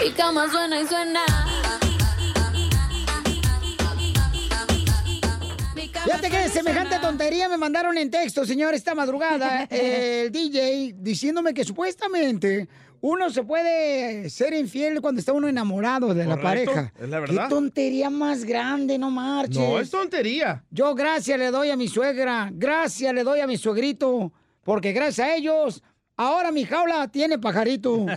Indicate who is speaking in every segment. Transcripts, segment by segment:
Speaker 1: Y cama suena y suena. Mi cama
Speaker 2: Fíjate
Speaker 1: suena
Speaker 2: que
Speaker 1: y
Speaker 2: semejante
Speaker 1: suena.
Speaker 2: tontería me mandaron en texto, señor, esta madrugada, eh, el DJ, diciéndome que supuestamente uno se puede ser infiel cuando está uno enamorado de la
Speaker 3: Correcto,
Speaker 2: pareja.
Speaker 3: es la verdad.
Speaker 2: Qué tontería más grande, no marches.
Speaker 3: No, es tontería.
Speaker 2: Yo gracias le doy a mi suegra, gracias le doy a mi suegrito, porque gracias a ellos, ahora mi jaula tiene pajarito.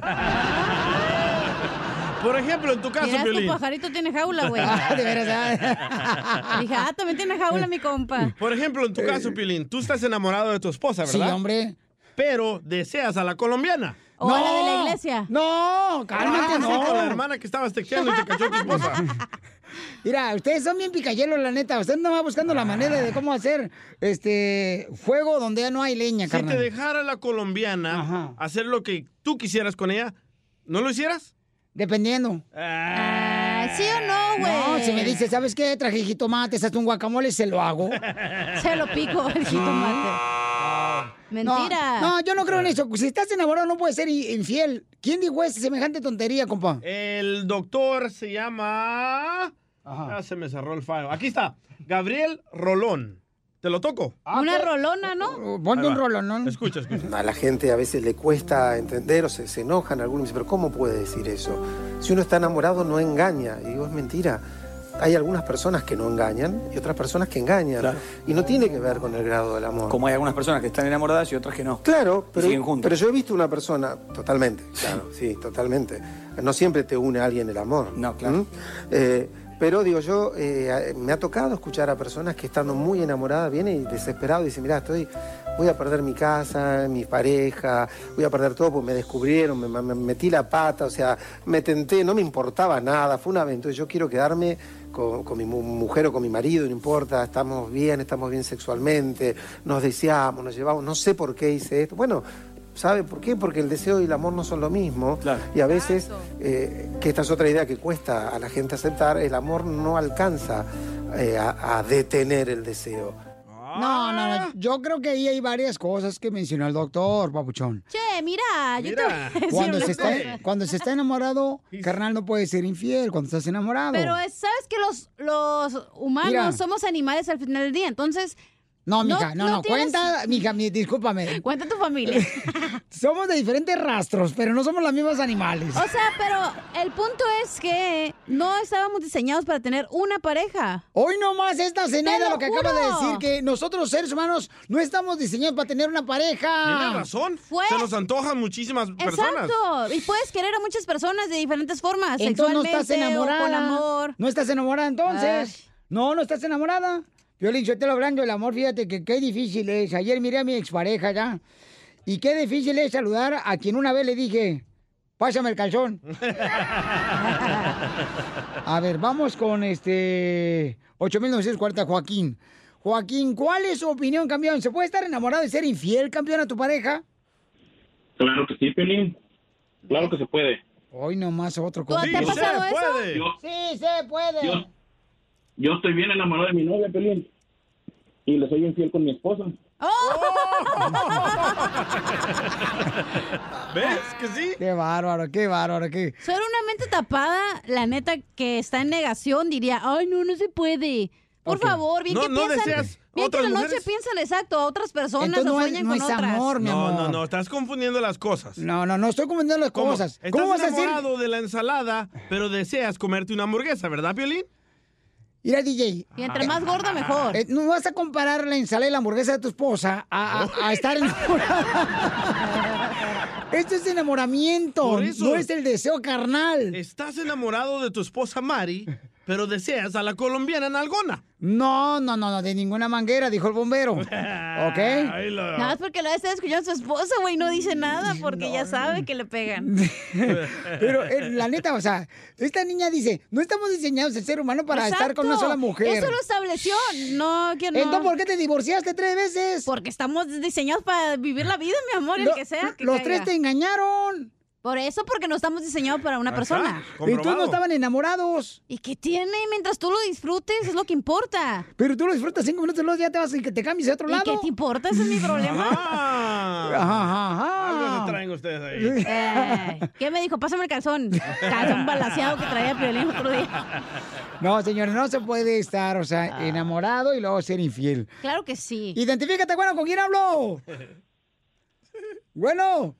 Speaker 3: Por ejemplo, en tu caso,
Speaker 4: Mira, tu
Speaker 3: Piolín.
Speaker 4: pajarito tiene jaula, güey.
Speaker 2: Ah, de veras,
Speaker 4: Dije, ah, también tiene jaula, mi compa.
Speaker 3: Por ejemplo, en tu caso, Piolín, tú estás enamorado de tu esposa,
Speaker 2: Eh. Sí,
Speaker 3: ¿verdad?
Speaker 2: hombre.
Speaker 3: Pero deseas a la colombiana.
Speaker 4: O a la de la iglesia.
Speaker 2: No, cálmate,
Speaker 3: Ah, sí, Con la
Speaker 2: no.
Speaker 3: hermana que estabas texteando y te cachó tu esposa.
Speaker 2: Mira, ustedes son bien picayelos, la neta. Ustedes no van buscando la manera de cómo hacer este fuego donde no hay leña,
Speaker 3: Si te
Speaker 2: carnal.
Speaker 3: dejara la colombiana
Speaker 2: Ajá.
Speaker 3: hacer lo que tú quisieras con ella, ¿no lo hicieras?
Speaker 2: Dependiendo.
Speaker 4: Ah, ¿Sí o no, güey?
Speaker 2: No, si me dice, ¿sabes qué? Traje jitomates, hazte un guacamole, se lo hago.
Speaker 4: Se lo pico el jitomate.
Speaker 2: No,
Speaker 4: Mentira.
Speaker 2: No, yo no creo en eso. Si estás enamorado, no puedes ser i- infiel. ¿Quién dijo esa semejante tontería, compa?
Speaker 3: El doctor se llama... Ah, se me cerró el file. Aquí está. Gabriel Rolón. ¿Te lo toco?
Speaker 4: Una rolona, ¿no?
Speaker 2: Uh, Ponte
Speaker 3: Ahí
Speaker 2: un
Speaker 3: va.
Speaker 2: rolón, ¿no?
Speaker 3: Escucha, escucha.
Speaker 5: A la gente a veces le cuesta entender o se, se enojan algunos, dicen, pero ¿cómo puede decir eso? Si uno está enamorado no engaña, y digo, es mentira. Hay algunas personas que no engañan y otras personas que engañan. Y no tiene que ver con el grado del amor.
Speaker 6: Como hay algunas personas que están enamoradas y otras que no.
Speaker 5: Claro, pero,
Speaker 6: siguen juntas.
Speaker 5: pero yo he visto una persona, totalmente, claro, sí, totalmente. No siempre te une a alguien el amor.
Speaker 6: No, claro.
Speaker 5: ¿Mm? Eh, pero digo, yo eh, me ha tocado escuchar a personas que estando muy enamoradas vienen y desesperadas dicen, mira, estoy, voy a perder mi casa, mi pareja, voy a perder todo porque me descubrieron, me, me- me metí la pata, o sea, me tenté, no me importaba nada, fue una aventura, yo quiero quedarme con, con mi mu- mujer o con mi marido, no importa, estamos bien, estamos bien sexualmente, nos deseamos, nos llevamos, no sé por qué hice esto. Bueno, ¿Sabe por qué? Porque el deseo y el amor no son lo mismo.
Speaker 6: Claro.
Speaker 5: Y a veces, eh, que esta es otra idea que cuesta a la gente aceptar, el amor no alcanza eh, a, a detener el deseo.
Speaker 2: No, no, no. Yo creo que ahí hay varias cosas que mencionó el doctor, papuchón.
Speaker 4: Che, mira, yo te voy
Speaker 3: Mira.
Speaker 4: a decir
Speaker 2: Cuando
Speaker 4: una
Speaker 2: se,
Speaker 4: cosa.
Speaker 2: está, cuando se está enamorado, carnal no puede ser infiel cuando estás enamorado.
Speaker 4: Pero es- sabes que los, los humanos
Speaker 2: Mira.
Speaker 4: somos animales al final del día, entonces
Speaker 2: no,
Speaker 4: no-
Speaker 2: mija, no, no,
Speaker 4: no tienes-
Speaker 2: cuenta, mija, mi- discúlpame.
Speaker 4: cuenta tu familia.
Speaker 2: Somos de diferentes rastros, pero no somos los mismos animales.
Speaker 4: O sea, pero el punto es que no estábamos diseñados para tener una pareja.
Speaker 2: Hoy nomás esta cenera
Speaker 4: lo
Speaker 2: lo que acaba de
Speaker 4: juro.
Speaker 2: decir, que nosotros los seres humanos no estamos diseñados para tener una
Speaker 3: Tienes
Speaker 2: pareja.
Speaker 3: razón.
Speaker 4: Fue-
Speaker 3: Se nos antojan muchísimas personas.
Speaker 4: Exacto. Y puedes querer a muchas personas de diferentes formas,
Speaker 2: Entonces no
Speaker 4: Ah, sexualmente
Speaker 2: estás enamorada.
Speaker 4: o con amor.
Speaker 2: No estás enamorada entonces.
Speaker 4: Ay.
Speaker 2: No, no estás enamorada. Violín, yo te lo hablando del amor, fíjate que qué difícil es. Ayer miré a mi expareja ya. Y qué difícil es saludar a quien una vez le dije, pásame el calzón. a ver, vamos con este 8940, Joaquín. Joaquín, ¿cuál es su opinión, campeón? ¿Se puede estar enamorado y ser infiel, campeón, a tu pareja?
Speaker 7: Claro que sí, Piolín. Claro que se puede.
Speaker 2: Hoy nomás otro.
Speaker 4: ¿Tú ¿Te ha
Speaker 3: Sí,
Speaker 2: comentario.
Speaker 3: se
Speaker 4: pasado eso?
Speaker 3: puede.
Speaker 7: Yo,
Speaker 2: Sí, se puede.
Speaker 7: yo, yo estoy bien enamorado de mi novia, Piolín. Y le soy infiel con mi esposa.
Speaker 4: ¡Oh!
Speaker 3: ¿Ves que sí?
Speaker 2: Qué bárbaro, qué bárbaro, qué...
Speaker 4: Solo una mente tapada, la neta que está en negación, diría, ay, no, no se puede. Por favor, bien
Speaker 3: No,
Speaker 4: que
Speaker 3: no
Speaker 4: piensan.
Speaker 3: deseas,
Speaker 4: Bien que
Speaker 3: ¿Otras
Speaker 4: en la noche
Speaker 3: mujeres?
Speaker 4: piensan exacto a otras personas
Speaker 2: Entonces
Speaker 4: o
Speaker 2: no es-
Speaker 4: sueñan
Speaker 2: no
Speaker 4: con
Speaker 2: es
Speaker 4: otras.
Speaker 2: amor, mi
Speaker 3: No,
Speaker 2: amor.
Speaker 3: no, no, estás confundiendo las cosas.
Speaker 2: No, no, no estoy comiendo las
Speaker 3: ¿Cómo?
Speaker 2: cosas.
Speaker 3: Estás
Speaker 2: ¿Cómo vas a decir?
Speaker 3: enamorado de la ensalada, pero deseas comerte una hamburguesa, ¿verdad, Piolín?
Speaker 2: Mira, DJ.
Speaker 4: Y entre más gorda, mejor.
Speaker 2: eh, no vas a comparar la ensalada y la hamburguesa de tu esposa a,
Speaker 3: Oh.
Speaker 2: a- a estar enamorada. Esto es enamoramiento,
Speaker 3: Por eso.
Speaker 2: no es el deseo carnal.
Speaker 3: Estás enamorado de tu esposa Mari, pero deseas a la colombiana Nalgona.
Speaker 2: No, no, no, no, de ninguna manguera, dijo el bombero. ¿Ok?
Speaker 3: Ahí lo-
Speaker 4: Nada más porque lo está escuchando a su esposa, güey, no dice nada porque ya sabe que le pegan.
Speaker 2: Pero eh, la neta, o sea, esta niña dice, no estamos diseñados el ser humano para estar con una
Speaker 4: Exacto.
Speaker 2: sola mujer.
Speaker 4: Eso lo estableció. No, que no.
Speaker 2: Entonces, ¿por qué te divorciaste tres veces?
Speaker 4: Porque estamos diseñados para vivir la vida, mi amor, el
Speaker 2: Lo-
Speaker 4: que sea. que
Speaker 2: los
Speaker 4: caiga.
Speaker 2: tres te engañaron.
Speaker 4: Por eso, porque no estamos diseñados para una
Speaker 3: Ahí está,
Speaker 4: persona.
Speaker 2: Y tú
Speaker 3: comprobado.
Speaker 2: no estaban enamorados.
Speaker 4: ¿Y qué tiene? Mientras tú lo disfrutes, es lo que importa.
Speaker 2: Pero tú lo disfrutas cinco minutos, luego ya te vas y que te cambies a otro
Speaker 4: ¿Y
Speaker 2: lado.
Speaker 4: qué te importa? Ese es mi problema.
Speaker 3: Ah,
Speaker 2: Ajá,
Speaker 3: algo se
Speaker 2: ajá,
Speaker 3: traen ustedes ahí.
Speaker 4: Eh, ¿Qué me dijo? Pásame el calzón. Calzón balaseado que traía Piolín otro día.
Speaker 2: ajá. No, señores, no se puede estar, o sea, enamorado y luego ser infiel.
Speaker 4: Claro que Ah. sí.
Speaker 2: Identifícate, bueno, ¿con quién hablo? Bueno.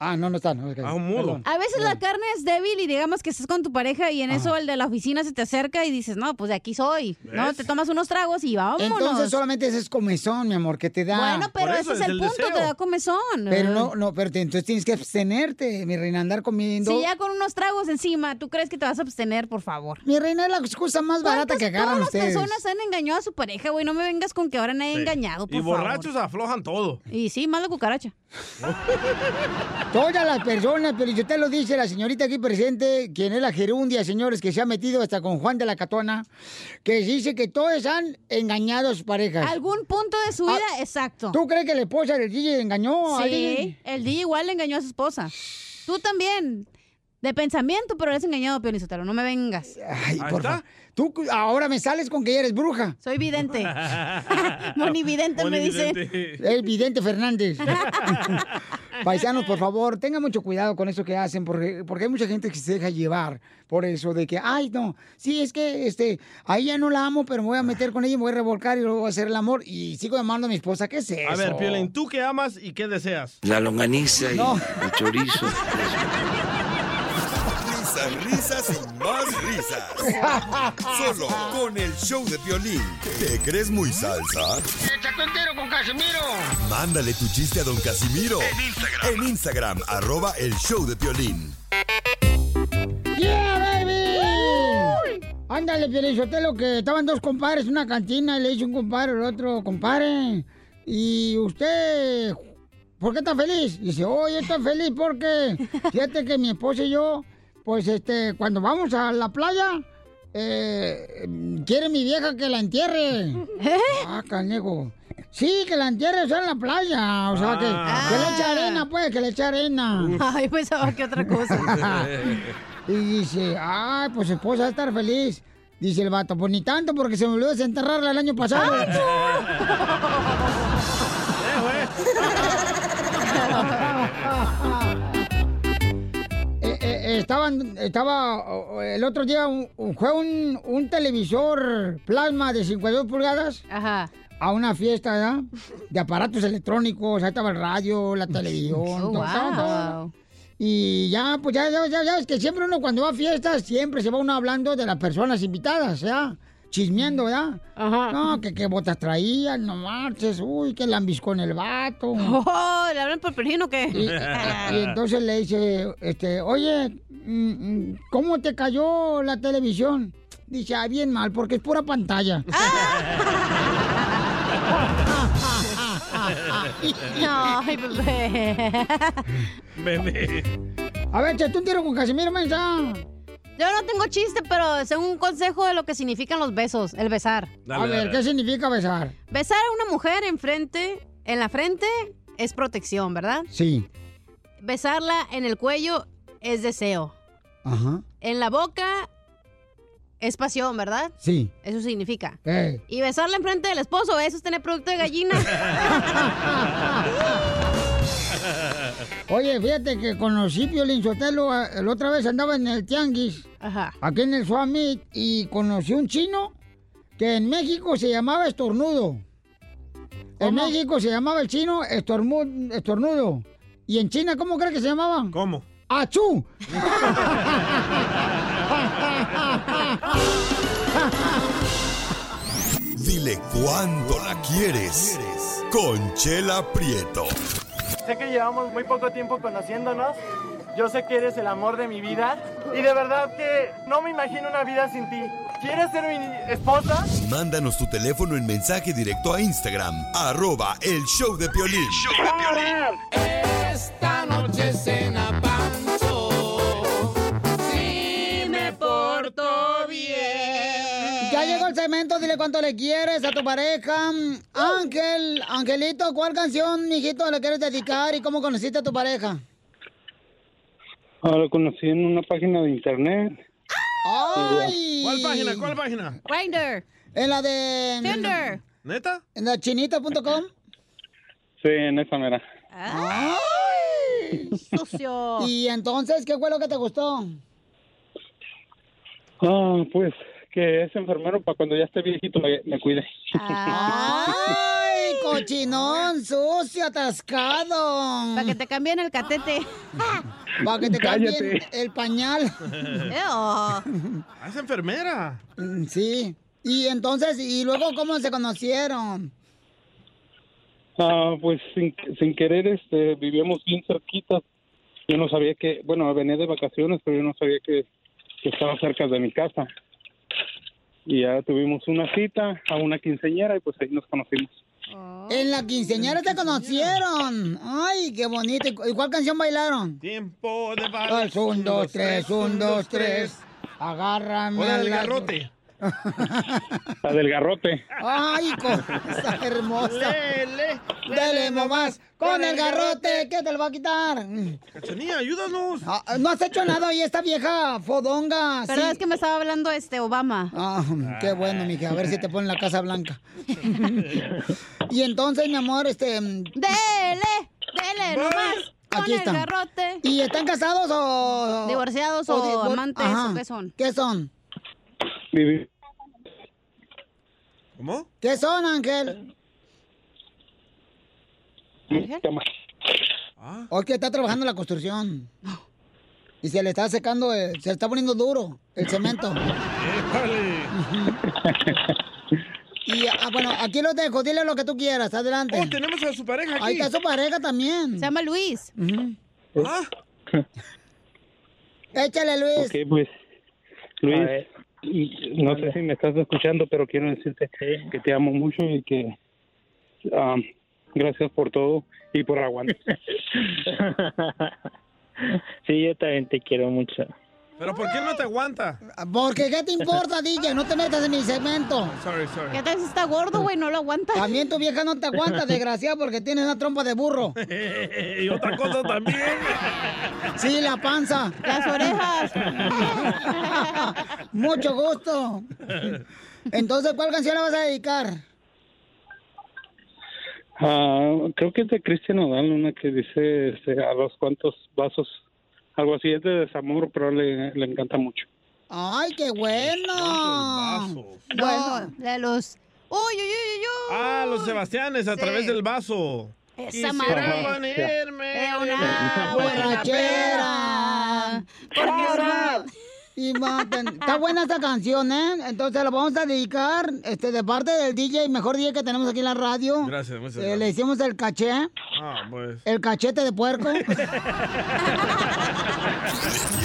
Speaker 2: Ah, no, no está. No, ok,
Speaker 3: Ah, un mudo.
Speaker 2: perdón.
Speaker 4: A veces la carne es débil y digamos que estás con tu pareja y en eso el de la oficina se te acerca y dices, no, pues de aquí soy. No,
Speaker 3: ¿Ves?
Speaker 4: te tomas unos tragos y vámonos.
Speaker 2: Entonces solamente ese es comezón, mi amor, que te da.
Speaker 4: bueno, pero
Speaker 3: Por
Speaker 4: ese
Speaker 3: eso
Speaker 4: es
Speaker 3: es
Speaker 4: el,
Speaker 3: el
Speaker 4: punto,
Speaker 3: deseo.
Speaker 4: te da comezón.
Speaker 2: Pero no, no, pero te- entonces tienes que abstenerte, mi reina, andar comiendo.
Speaker 4: Si ya con unos tragos encima, ¿tú crees que te vas a abstener, por favor?
Speaker 2: Mi reina es la excusa más barata que agarran
Speaker 4: todas las
Speaker 2: ustedes.
Speaker 4: personas han engañado a su pareja, güey. No me vengas con que ahora nadie ha engañado, por
Speaker 3: y
Speaker 4: favor.
Speaker 3: borrachos aflojan todo.
Speaker 4: Y sí, más la cucaracha.
Speaker 2: Todas las personas, pero yo te lo dice la señorita aquí presente, quien es la gerundia, señores, que se ha metido hasta con Juan de la Catona, que dice que todos han engañado a sus parejas.
Speaker 4: Algún punto de su
Speaker 2: Ah,
Speaker 4: vida, exacto.
Speaker 2: ¿Tú crees que la esposa del DJ engañó a alguien?
Speaker 4: Sí, el DJ igual le engañó a su esposa. Tú también. De pensamiento, pero eres engañado, Piolín Sotelo. No me vengas.
Speaker 2: Ay,
Speaker 3: Ahí
Speaker 2: por
Speaker 3: está.
Speaker 2: favor. Tú cu- ahora me sales con que ya eres bruja.
Speaker 4: Soy vidente. Monividente me dicen.
Speaker 3: Monividente.
Speaker 2: El vidente Fernández. Paisanos, por favor, tengan mucho cuidado con eso que hacen, porque, porque hay mucha gente que se deja llevar por eso de que, ay, no, sí, es que este, a ella no la amo, pero me voy a meter con ella y me voy a revolcar y luego voy a hacer el amor y sigo llamando a mi esposa. ¿Qué es eso?
Speaker 3: A ver, Piolín, ¿tú qué amas y qué deseas?
Speaker 8: La longaniza y
Speaker 2: No.
Speaker 8: el chorizo.
Speaker 9: Risas, risas y más risas. Solo con el show de violín. ¿Te crees muy salsa?
Speaker 2: ¡Échate entero con Casimiro!
Speaker 9: Mándale tu chiste a don Casimiro. En Instagram. En Instagram, arroba el show de violín.
Speaker 2: ¡Yeah, baby! Ándale, Pielizotelo, que estaban dos compadres en una cantina y le dice un compadre al otro, compadre, ¿y usted por qué está feliz? dice, oh, yo estoy feliz porque fíjate que mi esposa y yo, pues este, cuando vamos a la playa, eh, quiere mi vieja que la entierre.
Speaker 4: ¿Eh?
Speaker 2: Ah, canego. Sí, que la entierre o sea, en la playa, o sea, que, que le eche arena, pues, que le eche arena.
Speaker 4: Ah. Ay, pensaba que otra cosa.
Speaker 2: Y dice, ay, pues esposa va a estar feliz. Dice el vato, pues ni tanto porque se me olvidó desenterrarla el año pasado. Eh, eh, estaban, estaba, o- o el otro día un- un- fue un, un televisor plasma de 52 pulgadas
Speaker 4: Ajá.
Speaker 2: a una fiesta, ¿verdad? De aparatos electrónicos, ahí estaba el radio, la televisión,
Speaker 4: Oh,
Speaker 2: todo, estaba todo.
Speaker 4: wow.
Speaker 2: Y ya, pues ya, ya, ya, ya, es que siempre uno cuando va a fiestas, siempre se va uno hablando de las personas invitadas, ¿ya? Chismeando, ¿verdad?
Speaker 4: Ajá.
Speaker 2: No, que qué botas traían, no marches, uy, que lambiscón el vato.
Speaker 4: Oh, ¿le hablan por Piolín o
Speaker 2: Y, y-
Speaker 4: qué?
Speaker 2: y entonces le dice, este, oye, mm, mm, ¿cómo te cayó la televisión? Dice, ah, bien mal, porque es pura pantalla.
Speaker 4: No, ay, bebé.
Speaker 3: Bebé.
Speaker 2: A ver, échate un tiro con Casimiro, mensa.
Speaker 4: Yo no tengo chiste, pero es un consejo de lo que significan los besos, el besar.
Speaker 2: A
Speaker 3: Dale,
Speaker 2: ver,
Speaker 3: dale.
Speaker 2: ¿qué significa besar?
Speaker 4: Besar a una mujer en frente, en la frente es protección, ¿verdad?
Speaker 2: Sí.
Speaker 4: Besarla en el cuello es deseo.
Speaker 2: Ajá.
Speaker 4: En la boca es pasión, ¿verdad?
Speaker 2: Sí.
Speaker 4: Eso significa.
Speaker 2: Eh.
Speaker 4: Y besarla en frente del esposo, eso es tener producto de gallina.
Speaker 2: Oye, fíjate que conocí Piolín Sotelo, eh, la otra vez andaba en el tianguis,
Speaker 4: Ajá.
Speaker 2: aquí en el Suamit, y conocí un chino que en México se llamaba estornudo. En México se llamaba el chino estormu- estornudo. ¿Y en China cómo crees que se llamaban?
Speaker 3: ¿Cómo?
Speaker 2: ¡Achú!
Speaker 9: Dile cuándo la quieres. Conchela Prieto.
Speaker 8: Sé que llevamos muy poco tiempo conociéndonos. Yo sé que eres el amor de mi vida. Y de verdad que no me imagino una vida sin ti. ¿Quieres ser mi esposa?
Speaker 9: Mándanos tu teléfono en mensaje directo a Instagram, arroba el show de Piolín.
Speaker 10: Esta noche cena pancho. Si me porto bien.
Speaker 2: Ya llegó el segmento, dile cuánto le quieres a tu pareja. Ángel, Angelito, ¿cuál canción, mijito, le quieres dedicar y cómo conociste a tu pareja?
Speaker 11: Ahora Ah, lo conocí en una página de internet.
Speaker 2: ¡Ay!
Speaker 3: ¿Cuál página? ¿Cuál página?
Speaker 2: Grindr. En la de... Tinder.
Speaker 3: ¿Neta?
Speaker 2: En la chinita.com.
Speaker 11: Sí, en esa mera.
Speaker 2: ¡Ay! Sucio. ¿Y entonces qué fue lo que te gustó?
Speaker 11: Ah, pues que es enfermero para cuando ya esté viejito me, me cuide.
Speaker 2: ¡Ay, cochinón, sucio, atascado!
Speaker 4: Para que te cambien el catete.
Speaker 2: Para que te cambien
Speaker 3: Cállate.
Speaker 2: el pañal.
Speaker 3: Ah, Es enfermera.
Speaker 2: Mm, Sí. Y entonces, ¿y luego cómo se conocieron?
Speaker 11: Ah, pues sin, sin querer este vivíamos bien cerquita. Yo no sabía que, bueno, venía de vacaciones, pero yo no sabía que, que estaba cerca de mi casa. Y ya tuvimos una cita a una quinceñera y pues ahí nos conocimos.
Speaker 2: En la quinceañera te conocieron. Ay, qué bonito. ¿Y cu- y cuál canción bailaron?
Speaker 3: Tiempo de
Speaker 2: Es un, dos, tres, un, dos, tres. Agárrame.
Speaker 3: Hola, del
Speaker 2: la-
Speaker 3: garrote.
Speaker 11: La del garrote.
Speaker 2: Ay, cosa hermosa.
Speaker 3: Lele,
Speaker 2: Dele más con el garrote que te lo va a quitar. Ah,
Speaker 3: Cachanilla, ayúdanos.
Speaker 2: no has hecho nada y esta vieja fodonga.
Speaker 4: Perdón,
Speaker 2: sí.
Speaker 4: es que me estaba hablando este Obama.
Speaker 2: Ah, qué bueno, mija. A ver si te ponen la Casa Blanca. y entonces, mi amor, este.
Speaker 4: ¡Dele! ¡Dele nomás! Con
Speaker 2: Aquí
Speaker 4: el
Speaker 2: están.
Speaker 4: garrote.
Speaker 2: ¿Y están casados o.
Speaker 4: Divorciados o
Speaker 2: divor-
Speaker 4: amantes,
Speaker 2: Ajá.
Speaker 4: ¿o qué son?
Speaker 2: ¿Qué son?
Speaker 11: Vivi-
Speaker 3: ¿Cómo?
Speaker 2: ¿Qué son, Ángel?
Speaker 3: Ah.
Speaker 2: Hoy que está trabajando en la construcción. Y se le está secando, eh, se le está poniendo duro el cemento. Y ah, bueno, aquí lo dejo, dile lo que tú quieras, adelante.
Speaker 3: Oh, tenemos a su pareja aquí.
Speaker 2: Ahí está su pareja también. Se
Speaker 4: llama Luis.
Speaker 2: Échale, Luis.
Speaker 11: Ok, pues, Luis, y- no sé si me estás escuchando, pero quiero decirte que te amo mucho y que am, gracias por todo y por el aguante.
Speaker 12: Sí, yo también te quiero mucho.
Speaker 3: ¿Pero por qué no te aguanta?
Speaker 2: Porque qué te importa, DJ, no te metas en mi segmento.
Speaker 3: Sorry, sorry.
Speaker 2: ¿Qué tal si está gordo, güey? No lo aguanta. También tu vieja no te aguanta, desgraciada, porque tienes una trompa de burro.
Speaker 3: y otra cosa también.
Speaker 2: Sí, la panza.
Speaker 4: Las
Speaker 2: orejas. Mucho gusto. Entonces, ¿cuál canción le vas a dedicar?
Speaker 11: Ah, creo que es de Cristian Odal, una que dice este, a los cuantos vasos, algo así, es de desamor, pero le, le encanta mucho.
Speaker 2: ¡Ay, qué bueno!
Speaker 4: Bueno, de los. ¡Uy, uy, uy, uy! uy!
Speaker 3: Ah, los Sebastianes a
Speaker 4: Sí.
Speaker 3: través del vaso.
Speaker 4: Esa
Speaker 3: Quisiera
Speaker 4: madre. Ah,
Speaker 3: ponerme
Speaker 4: de una borrachera.
Speaker 2: Ahora. Y maten- Está buena esta canción, ¿eh? Entonces la vamos a dedicar este, de parte del DJ, mejor DJ que tenemos aquí en la radio.
Speaker 3: Gracias, muchas
Speaker 2: Eh,
Speaker 3: gracias.
Speaker 2: le hicimos el caché,
Speaker 3: Ah, pues.
Speaker 2: el cachete de puerco.
Speaker 9: ¿Quieres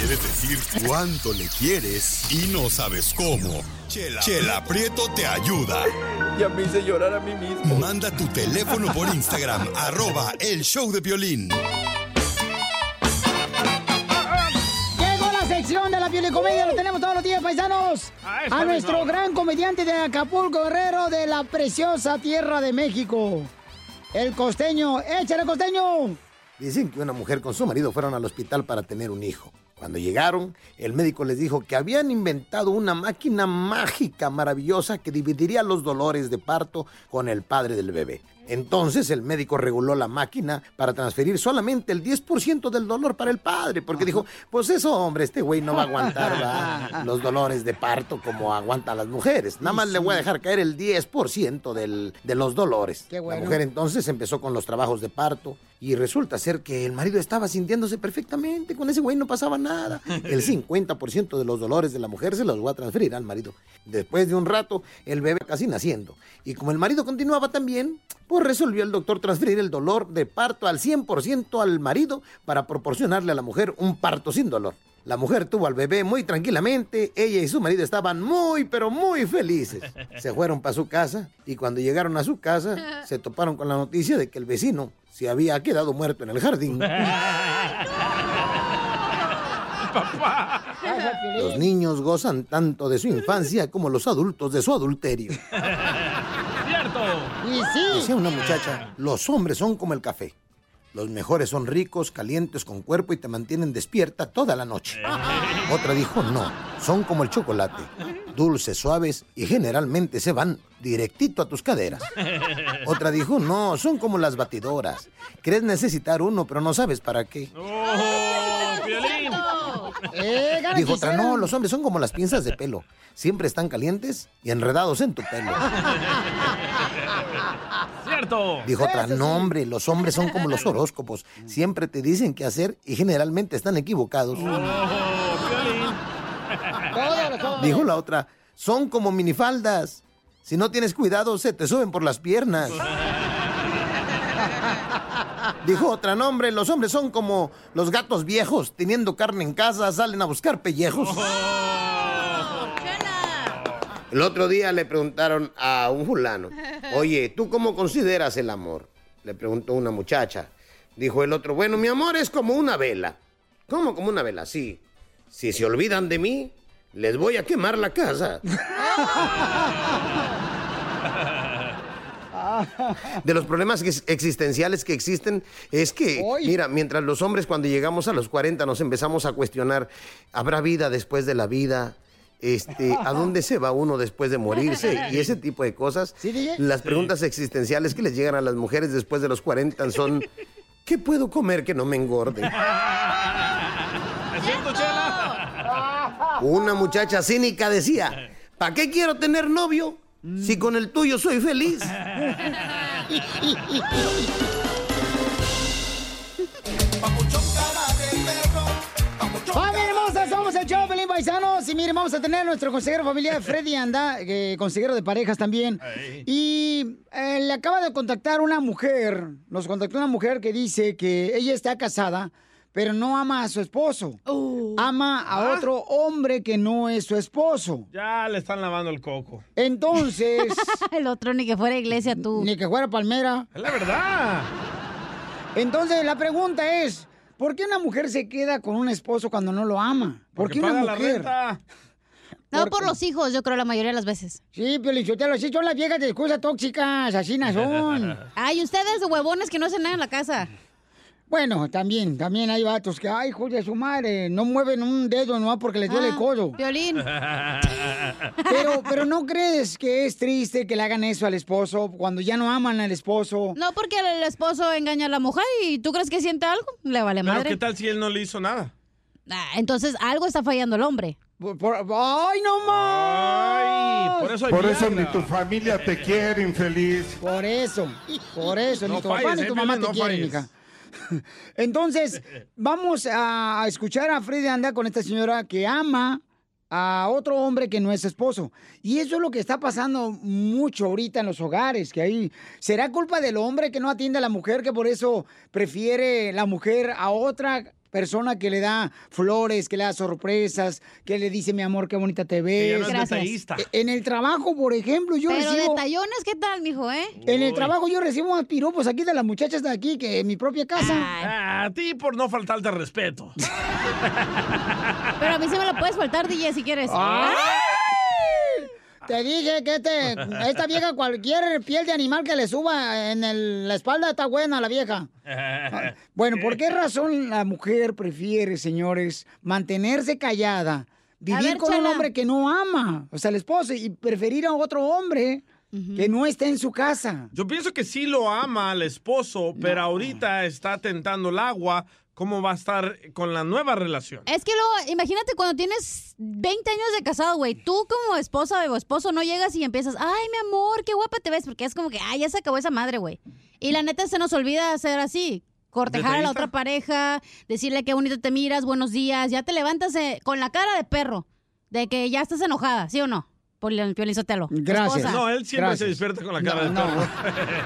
Speaker 9: decir cuánto le quieres y no sabes cómo? Chela, Chela Prieto te ayuda. Ya me hice llorar a mí mismo. Manda tu teléfono por Instagram, arroba el show de violín.
Speaker 2: Llegó la sección de la piolicomedia, lo tenemos todos los días, paisanos.
Speaker 10: Ah, está
Speaker 2: A
Speaker 10: bien,
Speaker 2: nuestro
Speaker 10: no.
Speaker 2: gran comediante de Acapulco Guerrero de la preciosa tierra de México. El costeño, échale costeño.
Speaker 13: Dicen que una mujer con su marido fueron al hospital para tener un hijo. Cuando llegaron, el médico les dijo que habían inventado una máquina mágica maravillosa que dividiría los dolores de parto con el padre del bebé. Entonces el médico reguló la máquina para transferir solamente el 10% del dolor para el padre, porque dijo, pues eso, hombre, este güey no va a aguantar ¿verdad? los dolores de parto como aguanta las mujeres. Nada más le voy a dejar caer el 10% del- de los dolores.
Speaker 2: Qué bueno.
Speaker 13: La mujer entonces empezó con los trabajos de parto y resulta ser que el marido estaba sintiéndose perfectamente, con ese güey no pasaba nada. El 50% de los dolores de la mujer se los va a transferir al marido. Después de un rato, el bebé casi naciendo. Y como el marido continuaba también, pues resolvió el doctor transferir el dolor de parto al 100% al marido para proporcionarle a la mujer un parto sin dolor. La mujer tuvo al bebé muy tranquilamente, ella y su marido estaban muy, pero muy felices. Se fueron para su casa y cuando llegaron a su casa se toparon con la noticia de que el vecino se había quedado muerto en el jardín. Los niños gozan tanto de su infancia como los adultos de su adulterio.
Speaker 3: ¡Cierto!
Speaker 2: Y sí.
Speaker 13: Decía una muchacha, los hombres son como el café. Los mejores son ricos, calientes, con cuerpo y te mantienen despierta toda la noche. Otra dijo, no, son como el chocolate. Dulces, suaves y generalmente se van directito a tus caderas. Otra dijo, no, son como las batidoras. Crees necesitar uno, pero no sabes para qué.
Speaker 3: ¡Oh, Piolín!
Speaker 2: ¡Eh,
Speaker 13: Dijo otra, no, los hombres son como las pinzas de pelo. Siempre están calientes y enredados en tu pelo.
Speaker 3: ¡Cierto!
Speaker 13: Dijo otra, no hombre, los hombres son como los horóscopos. Siempre te dicen qué hacer y generalmente están equivocados.
Speaker 3: ¡Oh, Piolín!
Speaker 13: Dijo la otra, son como minifaldas. Si no tienes cuidado, se te suben por las piernas. Dijo otra, no hombre, los hombres son como los gatos viejos. Teniendo carne en casa, salen a buscar pellejos.
Speaker 14: El otro día le preguntaron a un fulano, oye, ¿tú cómo consideras el amor? Le preguntó una muchacha. Dijo el otro, bueno, mi amor es como una vela. ¿Cómo como una vela? Sí. Si se olvidan de mí, les voy a quemar la casa. De los problemas ex- existenciales que existen es que, mira, mientras los hombres cuando llegamos a los 40 nos empezamos a cuestionar, ¿habrá vida después de la vida? Este, ¿A dónde se va uno después de morirse? Y ese tipo de cosas. Las preguntas existenciales que les llegan a las mujeres después de los 40 son, ¿qué puedo comer que no me engorde?
Speaker 3: ¿Es cierto, Chela?
Speaker 14: Una muchacha cínica decía, ¿para qué quiero tener novio si con el tuyo soy feliz?
Speaker 2: ¡Familia hermosa! Somos el show, Pelín Paisanos. Y miren, vamos a tener a nuestro consejero familiar, Freddy Anda, eh, consejero de parejas también. Y eh, le acaba de contactar una mujer, nos contactó una mujer que dice que ella está casada, pero no ama a su esposo.
Speaker 10: Oh.
Speaker 2: Ama a
Speaker 3: ¿Ah?
Speaker 2: otro hombre que no es su esposo.
Speaker 3: Ya le están lavando el coco.
Speaker 2: Entonces... el otro ni que fuera iglesia tú. Ni que fuera palmera.
Speaker 3: Es la verdad.
Speaker 2: Entonces la pregunta es, ¿por qué una mujer se queda con un esposo cuando no lo ama? ¿Por
Speaker 3: Porque
Speaker 2: qué una
Speaker 3: paga la
Speaker 2: mujer?
Speaker 3: renta.
Speaker 2: No, por los hijos, yo creo la mayoría de las veces. Sí, Piolichotelo, sí, son las viejas de excusa tóxicas, asinas son.
Speaker 4: Ay, ustedes huevones que no hacen nada en la casa.
Speaker 2: Bueno, también, también hay vatos que, ay, joder, su madre, no mueven un dedo nomás porque les duele el codo.
Speaker 4: Ah, Violín.
Speaker 2: Pero, pero ¿no crees que es triste que le hagan eso al esposo cuando ya no aman al esposo?
Speaker 4: No porque el esposo engaña a la mujer y tú crees que siente algo, le vale
Speaker 3: Pero
Speaker 4: madre.
Speaker 3: ¿qué tal si él no le hizo nada?
Speaker 4: Ah, entonces algo está fallando el hombre.
Speaker 2: ¡Ay, no más!
Speaker 3: por eso hay
Speaker 15: Por eso ni
Speaker 3: Viagra.
Speaker 15: tu familia te quiere, infeliz.
Speaker 2: Por eso, por eso,
Speaker 15: No
Speaker 2: ni tu papá
Speaker 15: falles,
Speaker 2: ni
Speaker 15: eh,
Speaker 2: tu mamá
Speaker 15: Piolín,
Speaker 2: te
Speaker 15: no
Speaker 2: quieren,
Speaker 15: falles.
Speaker 2: hija. Entonces, vamos a a escuchar a Freddy Anda con esta señora que ama a otro hombre que no es esposo. Y eso es lo que está pasando mucho ahorita en los hogares, que ahí será culpa del hombre que no atiende a la mujer, que por eso prefiere la mujer a otra persona que le da flores, que le da sorpresas, que le dice, mi amor, qué bonita te ves.
Speaker 3: ya no es Gracias. detallista.
Speaker 2: En el trabajo, por ejemplo, yo
Speaker 4: Pero
Speaker 2: recibo...
Speaker 4: detallones, ¿qué tal, mijo, eh?
Speaker 2: En el trabajo yo recibo más piropos aquí de las muchachas de aquí que en mi propia casa.
Speaker 3: Ah, A ti por no faltarte al respeto.
Speaker 4: Pero a mí se me la puedes faltar, DJ, si quieres.
Speaker 2: Ah. Te dije que este, esta vieja cualquier piel de animal que le suba en el- la espalda está buena la vieja. Bueno, ¿por qué razón la mujer prefiere, señores, mantenerse callada, vivir
Speaker 4: ver,
Speaker 2: con un
Speaker 4: Chela.
Speaker 2: hombre que no ama, o sea, el esposo, y preferir a otro hombre? que no está en su casa.
Speaker 3: Yo pienso que sí lo ama al esposo, pero ahorita está tentando el agua. ¿Cómo va a estar con la nueva relación?
Speaker 4: Es que luego, imagínate cuando tienes 20 años de casado, güey. Tú como esposa o esposo no llegas y empiezas, ay, mi amor, qué guapa te ves. Porque es como que, ay, ya se acabó esa madre, güey. Y la neta se nos olvida hacer así. Cortejar a la
Speaker 1: ¿Detallista?
Speaker 4: otra pareja, decirle qué bonito te miras, buenos días. Ya te levantas eh, con la cara de perro. De que ya estás enojada, ¿sí o no? Por el piolizotelo. Esposa.
Speaker 3: No, él siempre
Speaker 4: Gracias.
Speaker 3: se despierta con la cara
Speaker 2: No,
Speaker 3: de
Speaker 2: no.
Speaker 3: perro.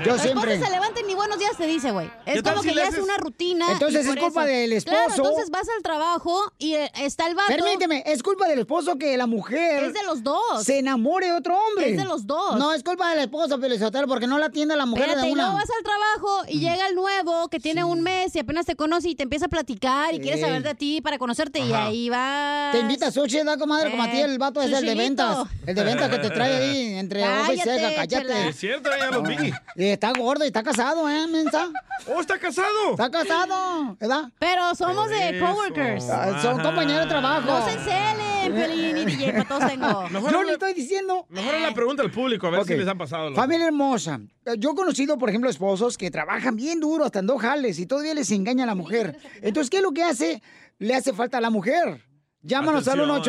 Speaker 2: Yo
Speaker 4: Tu esposa se levanta y ni buenos días te dice, güey.
Speaker 3: ¿Qué
Speaker 4: Es
Speaker 3: tal
Speaker 4: como
Speaker 3: si
Speaker 4: que
Speaker 3: le
Speaker 4: ya es
Speaker 3: haces-
Speaker 4: una rutina.
Speaker 2: Entonces,
Speaker 4: y por
Speaker 2: es culpa
Speaker 4: eso-
Speaker 2: del
Speaker 4: Claro,
Speaker 2: esposo.
Speaker 4: entonces vas al trabajo y eh, está el vato.
Speaker 2: Permíteme, es culpa del esposo que la mujer.
Speaker 4: Es de los dos.
Speaker 2: Se enamore de otro hombre.
Speaker 4: Es de los dos.
Speaker 2: No, es culpa del esposo, Pelizotero, porque no la atiende a la mujer
Speaker 4: Espérate,
Speaker 2: de
Speaker 4: y
Speaker 2: una.
Speaker 4: luego vas al trabajo y llega el nuevo que tiene un mes y apenas te conoce y te empieza a platicar y quiere
Speaker 2: Sí.
Speaker 4: saber de ti para conocerte y
Speaker 2: Ajá.
Speaker 4: ahí Eh, va.
Speaker 2: Te invita a sushi, da comadre, como a ti el vato es el de ventas. El de ventas que te trae ahí entre ojo y ceja, cállate.
Speaker 3: Es cierto, ya lo vi.
Speaker 2: Y está gordo y está casado, ¿eh, mensa?
Speaker 3: ¡Oh, está casado!
Speaker 2: Está casado, ¿verdad?
Speaker 4: Pero somos de
Speaker 2: Eso.
Speaker 4: coworkers.
Speaker 2: Ah, son compañeros de trabajo.
Speaker 4: No se encelen, Pelín y DJ, para todos tengo.
Speaker 3: Mejor
Speaker 2: Yo
Speaker 3: habla-
Speaker 2: le estoy diciendo.
Speaker 3: Mejor es la pregunta al público, a ver
Speaker 2: Ok.
Speaker 3: si les ha pasado. loco.
Speaker 2: Familia hermosa, yo he conocido, por ejemplo, esposos que trabajan bien duro, hasta en dos jales, y todavía les engaña a la mujer. Entonces, ¿qué es lo que hace? Le hace falta a la mujer. Llámanos
Speaker 3: Atención.
Speaker 2: al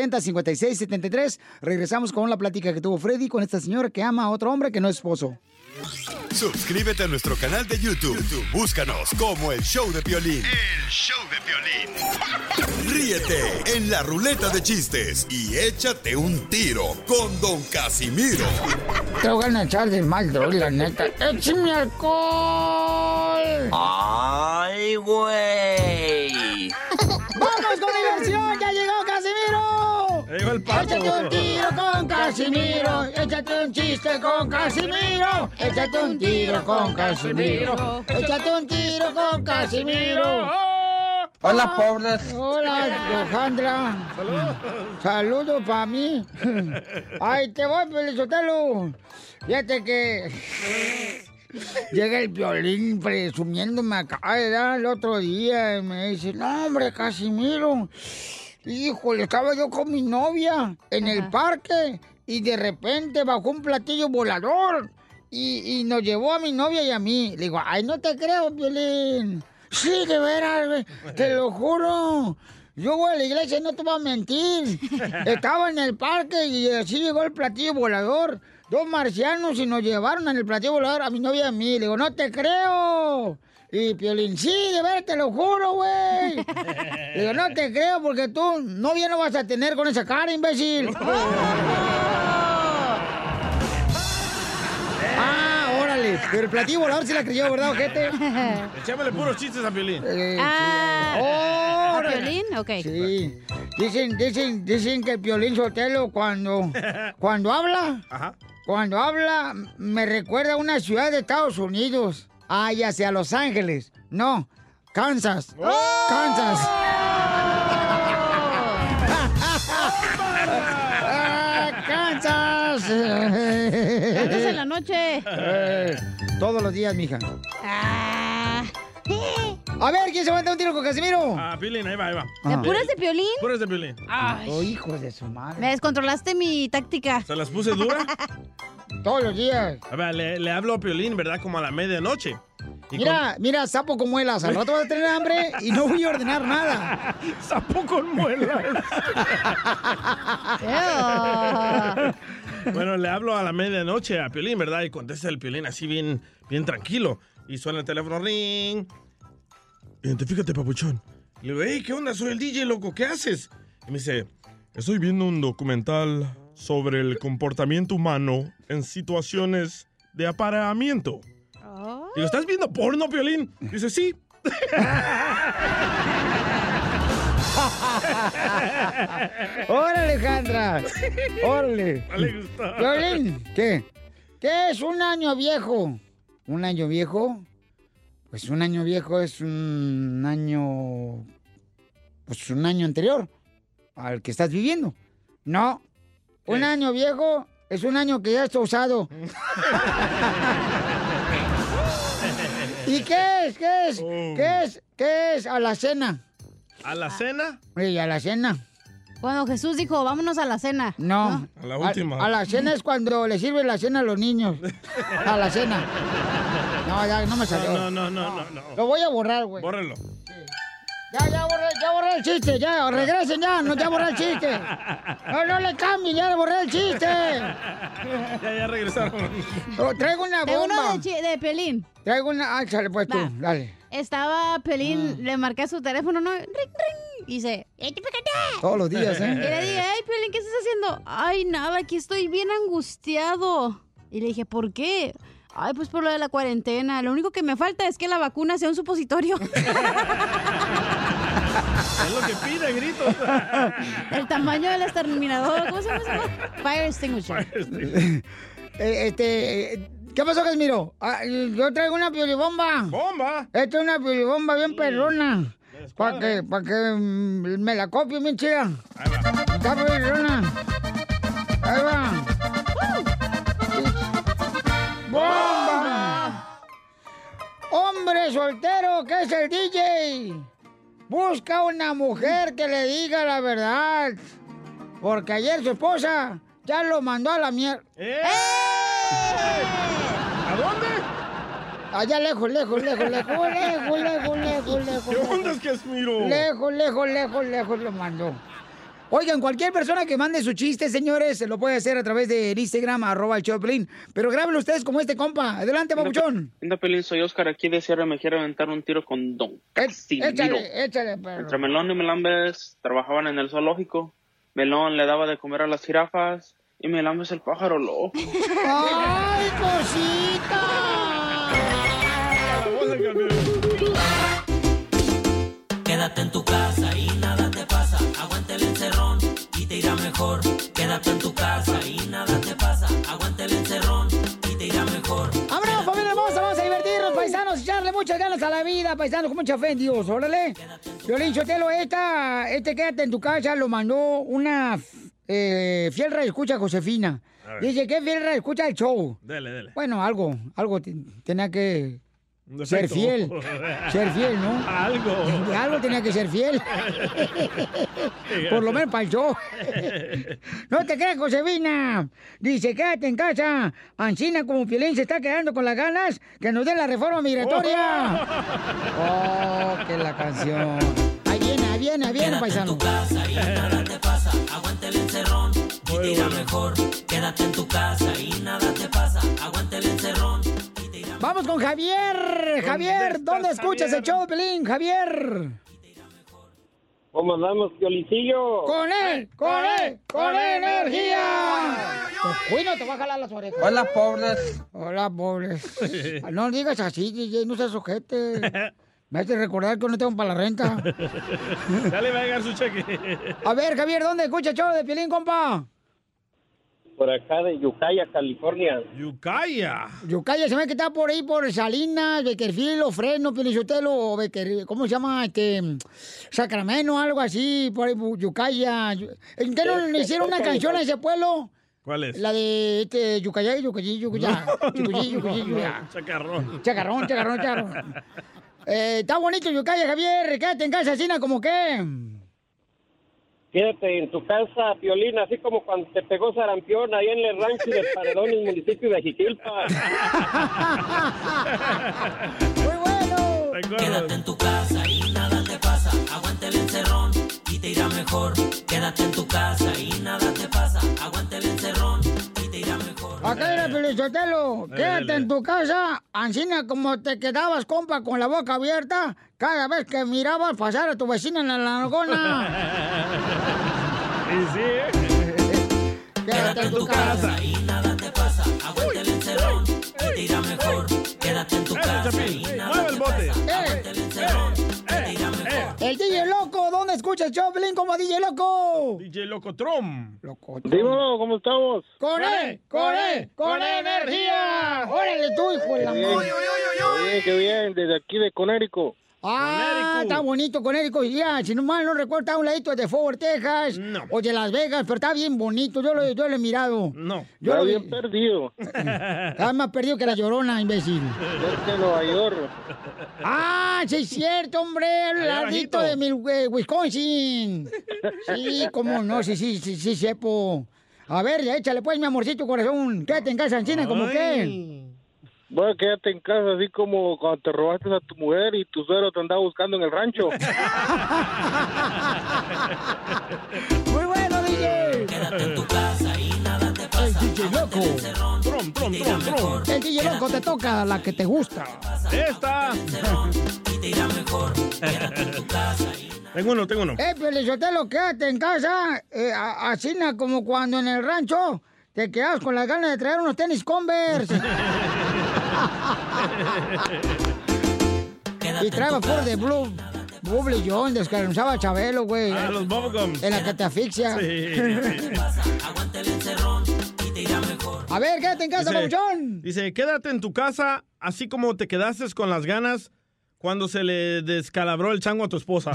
Speaker 2: 1-855-570-5673. Regresamos con la plática que tuvo Freddy con esta señora que ama a otro hombre que no es esposo.
Speaker 9: Suscríbete a nuestro canal de YouTube. YouTube, Búscanos como el show de Piolín.
Speaker 10: show de violín.
Speaker 9: Ríete en la ruleta de chistes y échate un tiro con Don Casimiro.
Speaker 2: Te voy a echar de mal, la neta. ¡Échame alcohol!
Speaker 10: ¡Ay, güey!
Speaker 2: ¡Vamos con diversión! ¡Ya llegó Casimiro!
Speaker 10: Ya llegó el pato.
Speaker 2: ¡Échate un tiro con Casimiro! ¡Échate un chiste con Casimiro! ¡Échate un tiro con Casimiro! ¡Échate un tiro con Casimiro!
Speaker 10: Hola, pobres.
Speaker 2: Hola, Alejandra. Saludos. Saludos para mí. Ay, te voy, Pelizotelo. Fíjate que llega el violín presumiéndome acá de dar el otro día y me dice, no, hombre, Casimiro. Híjole, estaba yo con mi novia en el parque y de repente bajó un platillo volador y, y nos llevó a mi novia y a mí. Le digo, ay, no te creo, Violín. Sí, de veras, güey, te lo juro. Yo voy a la iglesia, no te voy a mentir. Estaba en el parque y así llegó el platillo volador. Dos marcianos y nos llevaron en el platillo volador a mi novia y a mí. Le digo, no te creo. Y Piolín, sí, de veras, te lo juro, güey. Le digo, no te creo porque tú novia no vas a tener con esa cara, imbécil. ah, órale. Pero el platillo volador sí la creyó, ¿verdad, ojete?
Speaker 3: Echámosle puros chistes a Piolín.
Speaker 2: Eh,
Speaker 4: Ah,
Speaker 2: órale.
Speaker 4: ¿a Piolín? Ok.
Speaker 2: Sí. Dicen, dicen, dicen que el Piolín Sotelo cuando, cuando habla, cuando habla me recuerda a una ciudad de Estados Unidos. Ah, ya sea Los Ángeles. No, Kansas.
Speaker 3: ¡Oh!
Speaker 2: Kansas. Ah, Kansas.
Speaker 4: Antes en la noche.
Speaker 2: Eh, todos los días, mija. A ver, ¿quién se va a dar un tiro con Casimiro?
Speaker 3: Ah, Piolín, ahí va, ahí va.
Speaker 2: ¿De
Speaker 3: Ah.
Speaker 4: puras de Piolín?
Speaker 3: Puras de Piolín.
Speaker 2: Oh, hijo de su madre.
Speaker 4: Me descontrolaste mi táctica.
Speaker 3: ¿Se las puse dura?
Speaker 2: Todos los días.
Speaker 3: A ver, le, le hablo a Piolín, ¿verdad? Como a la medianoche. Y
Speaker 2: Mira, mira, sapo con muelas. Al rato vas a tener hambre y no voy a ordenar nada.
Speaker 3: sapo con muelas. Bueno, le hablo a la medianoche a Piolín, ¿verdad? Y contesta el Piolín así bien, bien tranquilo. Y suena el teléfono, ring. Identifícate, papuchón. Le digo, hey, ¿qué onda? Soy el DJ, loco, ¿qué haces? Y me dice, estoy viendo un documental sobre el comportamiento humano en situaciones de apareamiento. Digo, ¿estás viendo porno, Piolín? Dice, sí.
Speaker 2: Órale, Alejandra. Órale.
Speaker 3: No le gustó.
Speaker 2: Violín, ¿qué? ¿Qué es un año viejo? ¿Un año viejo? Pues un año viejo es un año. Pues un año anterior al que estás viviendo. No. Un año viejo es un año que ya está usado. ¿Y qué es? ¿Qué
Speaker 3: Oh.
Speaker 2: es? ¿Qué es? ¿Qué es a la cena?
Speaker 3: ¿A la cena?
Speaker 2: Oye, a la cena.
Speaker 4: Cuando Jesús dijo, vámonos a la cena.
Speaker 2: No.
Speaker 3: A la última.
Speaker 2: A, la cena es cuando le sirve la cena a los niños. A la cena. No, ya, no me salió.
Speaker 3: No, no, no, no, no.
Speaker 2: Lo voy a borrar, güey.
Speaker 3: Bórrenlo.
Speaker 2: Ya, ya borré, ya borré el chiste, ya. Regresen ya, no, ya borré el chiste. No, no le cambien, ya borré el chiste.
Speaker 3: Ya, ya regresaron.
Speaker 2: Oh, traigo una
Speaker 4: Tengo uno
Speaker 2: bomba.
Speaker 4: de, chi- de Pelín.
Speaker 2: Traigo una... Ah, chale, pues tú,
Speaker 4: Va.
Speaker 2: dale.
Speaker 4: Estaba
Speaker 2: Ah.
Speaker 4: Pelín, le marqué a su teléfono, ¿no? Ring, ring. Y dice, "Vete para acá".
Speaker 2: Todos los días, ¿eh?
Speaker 4: Y le dije, ay, Pelín, ¿qué estás haciendo? Ay, nada, aquí estoy bien angustiado. Y le dije, ¿por qué? Ay, pues por lo de la cuarentena. Lo único que me falta es que la vacuna sea un supositorio.
Speaker 3: Es lo que pide, grito.
Speaker 4: El tamaño del exterminador. ¿Cómo se llama eso? Fire extinguisher.
Speaker 2: Eh, este, eh, ¿qué pasó, Casimiro? Ah, eh, yo traigo una piolibomba.
Speaker 3: ¿Bomba?
Speaker 2: Esta es una piolibomba bien perrona. Para que, pa' que mm, me la copie bien chida. Está perrona. Ahí va. ¡Bomba! Hombre soltero que es el DJ. Busca una mujer que le diga la verdad. Porque ayer su esposa ya lo mandó a la ¡Eh! mierda.
Speaker 3: ¿Eh? ¿A dónde?
Speaker 2: Allá lejos, lejos, lejos, lejos, lejos, lejos, lejos, lejos.
Speaker 3: ¿Qué onda, Casimiro?
Speaker 2: Lejos, lejos, lejos, lejos lo mandó. Oigan, cualquier persona que mande su chiste, señores, lo puede hacer a través de Instagram, arroba el Choplin. Pero grábenlo ustedes como este compa. Adelante, papuchón.
Speaker 16: Anda, Pelín, soy Oscar aquí de Sierra. Me quiero aventar un tiro con Don Casimiro.
Speaker 2: Échale, échale, perro.
Speaker 16: Entre Melón y Melambes trabajaban en el zoológico. Melón le daba de comer a las jirafas y Melambes el pájaro loco.
Speaker 2: ¡Ay,
Speaker 3: cosita!
Speaker 17: Quédate en tu casa y nada te pasa. Aguanta el encerrón y te irá mejor. Quédate en tu casa y nada te pasa. Aguanta el encerrón y te irá mejor.
Speaker 2: ¡Vámonos, familia hermosa! Vamos a divertirnos, paisanos, echarle muchas ganas a la vida, paisanos, con mucha fe en Dios, órale. Violín Chotelo, esta, este quédate en tu casa, lo mandó una eh, fiel escucha Josefina.
Speaker 3: A ver.
Speaker 2: Dice que fiel escucha el show.
Speaker 3: Dele, dele.
Speaker 2: Bueno, algo, algo te- tenía que
Speaker 3: Un
Speaker 2: ser
Speaker 3: defecto.
Speaker 2: fiel. Ser fiel, ¿no?
Speaker 3: Algo.
Speaker 2: De algo tenía que ser fiel. Por lo menos para el show. No te creas, Josefina. Dice, quédate en casa. Ancina como Piolín se está quedando con las ganas que nos den la reforma migratoria. Oh, que la canción. Ahí viene, ahí viene, ahí viene, paisano.
Speaker 17: Ahí nada te pasa. Aguanta el encerrón y te irá mejor. Quédate en tu casa y nada te pasa. Aguanta el encerrón.
Speaker 2: Vamos con Javier. Javier, ¿dónde escuchas el show, Pelín? Javier.
Speaker 18: ¿Cómo andamos, Piolicillo?
Speaker 2: Con él, con él, con energía. Uy, no te voy a jalar las orejas.
Speaker 10: Hola, pobres.
Speaker 2: Hola, pobres. No digas así, DJ, no seas ojete. Me hace recordar que no tengo para la renta.
Speaker 3: ya le va a llegar su cheque.
Speaker 2: A ver, Javier, ¿dónde escucha el show de Piolín, compa?
Speaker 18: Por acá de Yucaya, California.
Speaker 3: Yucaya.
Speaker 2: Yucaya, se me que está por ahí, por Salinas, Bequerfil, o Fresno, Piolizotelo, o Bequer... ¿Cómo se llama? Este... Sacramento, algo así, por ahí, Yucaya. ¿En qué no le hicieron una canción a ese pueblo?
Speaker 3: ¿Cuál es?
Speaker 2: La de este, Yucaya, Yucayí, Yucayá. Yucayí, Yucayí, Yucayá.
Speaker 3: Chacarrón.
Speaker 2: Chacarrón, chacarrón, chacarrón. Eh, está bonito Yucaya, Javier. Quédate en casa, Sina, como que.
Speaker 18: Quédate en tu casa, Piolín, así como cuando te pegó sarampión ahí en el rancho de Paredón, en el municipio de Jiquilpa.
Speaker 17: Quédate en tu casa y nada te pasa. Aguanta el encerrón y te irá mejor. Quédate en tu casa y nada te pasa. Aguanta el encerrón y te irá mejor.
Speaker 2: Acá era Pelizotelo.
Speaker 17: Dale,
Speaker 2: Quédate
Speaker 17: dale.
Speaker 2: en tu casa, Ancina, como te quedabas, compa, con la boca abierta cada vez que mirabas pasar a tu vecina en la largona.
Speaker 3: Y sí.
Speaker 2: Quédate en tu casa.
Speaker 17: Y nada te pasa. Aguanta el encerrón y te irá mejor. Quédate en tu casa y nada te pasa.
Speaker 2: Eh,
Speaker 17: Aguanta el encerrón y te irá mejor.
Speaker 2: El DJ Loco, ¿dónde escuchas, Choplin? Como DJ Loco.
Speaker 3: DJ Locotrom. Locotrom.
Speaker 18: Dímelo, ¿cómo estamos?
Speaker 2: Con él, con él, con E, energía. Órale tú, hijo de la
Speaker 18: Qué bien,
Speaker 2: madre.
Speaker 18: qué bien, desde aquí de Conérico.
Speaker 2: Ah, está bonito con Érico. Ya, si no mal no recuerdo, está a un ladito de Fort Worth, Texas. O de Las Vegas, pero está bien bonito. Yo lo, yo lo he mirado.
Speaker 3: No.
Speaker 2: Yo
Speaker 18: Está
Speaker 2: lo-
Speaker 18: bien perdido.
Speaker 2: Está más perdido que la llorona, imbécil.
Speaker 18: Este Nueva York.
Speaker 2: ¡Ah, sí es cierto, hombre! El
Speaker 18: Allá
Speaker 2: ladito
Speaker 18: abajito.
Speaker 2: de mi, eh, Wisconsin. Sí, cómo no, sí, sí, sí, sí, sepo. A ver, ya échale pues, mi amorcito corazón. Quédate en casa, China, como que.
Speaker 18: Bueno, quédate en casa, así como cuando te robaste a tu mujer y tu suegro te andaba buscando en el rancho.
Speaker 2: Muy bueno, DJ.
Speaker 17: Quédate en tu casa y nada te pasa.
Speaker 2: El DJ loco.
Speaker 17: Trom, trom,
Speaker 2: trom, trom. El DJ loco te toca la que te gusta.
Speaker 3: Esta.
Speaker 17: te irá mejor. Quédate en tu casa y
Speaker 3: Tengo uno, tengo uno.
Speaker 2: Eh, Pielichotelo, quédate en casa. Eh, a- así na- como cuando en el rancho te quedas con las ganas de traer unos tenis Converse. y trae por de Blue. Buble John, descansaba Chabelo, güey.
Speaker 3: Ah, los bubblegums.
Speaker 2: En la que te asfixia.
Speaker 3: Sí.
Speaker 2: A ver, quédate en casa,
Speaker 3: Dice-
Speaker 2: Pabuchón.
Speaker 3: Dice, quédate en tu casa, así como te quedaste con las ganas cuando se le descalabró el chango a tu esposa.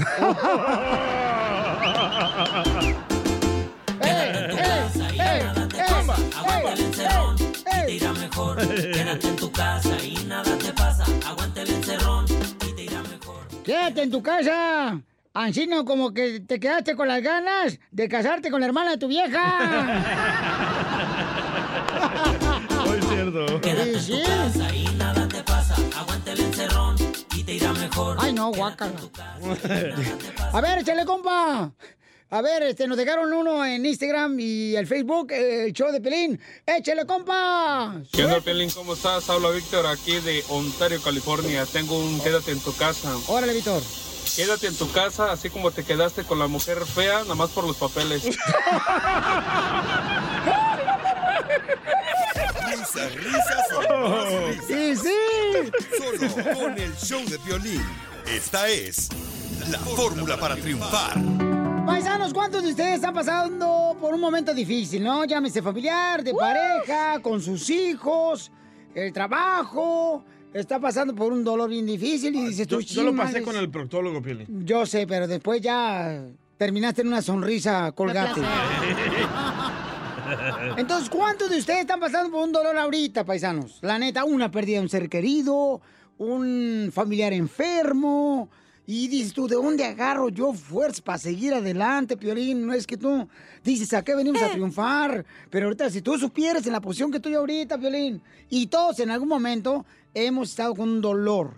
Speaker 17: te irá mejor. Quédate en tu casa y nada te pasa. Aguanta el encerrón y te irá mejor.
Speaker 2: Quédate en tu casa. Ancino, como que te quedaste con las ganas de casarte con la hermana de tu vieja.
Speaker 3: Muy cierto.
Speaker 17: Quédate en
Speaker 2: sí.
Speaker 17: tu casa y nada te pasa. Aguanta el encerrón y te irá mejor.
Speaker 2: Ay, no, guácala. A ver, échale, compa. A ver, este, nos dejaron uno en Instagram y el Facebook, eh, el show de Pelín. ¡Échale, compa!
Speaker 19: ¿Qué onda, Pelín? ¿Cómo estás? Habla Víctor aquí de Ontario, California. Tengo un quédate en tu casa.
Speaker 2: Órale, Víctor.
Speaker 19: Quédate en tu casa, así como te quedaste con la mujer fea, nada más por los papeles.
Speaker 9: Risas, risas, son más risas.
Speaker 2: Sí, sí.
Speaker 9: Solo con el show de violín. Esta es la fórmula para triunfar.
Speaker 2: Paisanos, ¿cuántos de ustedes están pasando por un momento difícil, no? Llámese familiar, de pareja, con sus hijos, el trabajo. Está pasando por un dolor bien difícil y dices
Speaker 3: Yo,
Speaker 2: tú,
Speaker 3: yo lo pasé
Speaker 2: "Chimales".
Speaker 3: con el proctólogo, Piolín.
Speaker 2: Yo sé, pero después ya terminaste en una sonrisa colgate. Entonces, ¿cuántos de ustedes están pasando por un dolor ahorita, paisanos? La neta, una pérdida de un ser querido, un familiar enfermo. Y dices tú, ¿de dónde agarro yo fuerza para seguir adelante, Piolín? No es que tú dices, ¿a qué venimos a triunfar? Pero ahorita, si tú supieras en la posición que estoy ahorita, Piolín, y todos en algún momento hemos estado con un dolor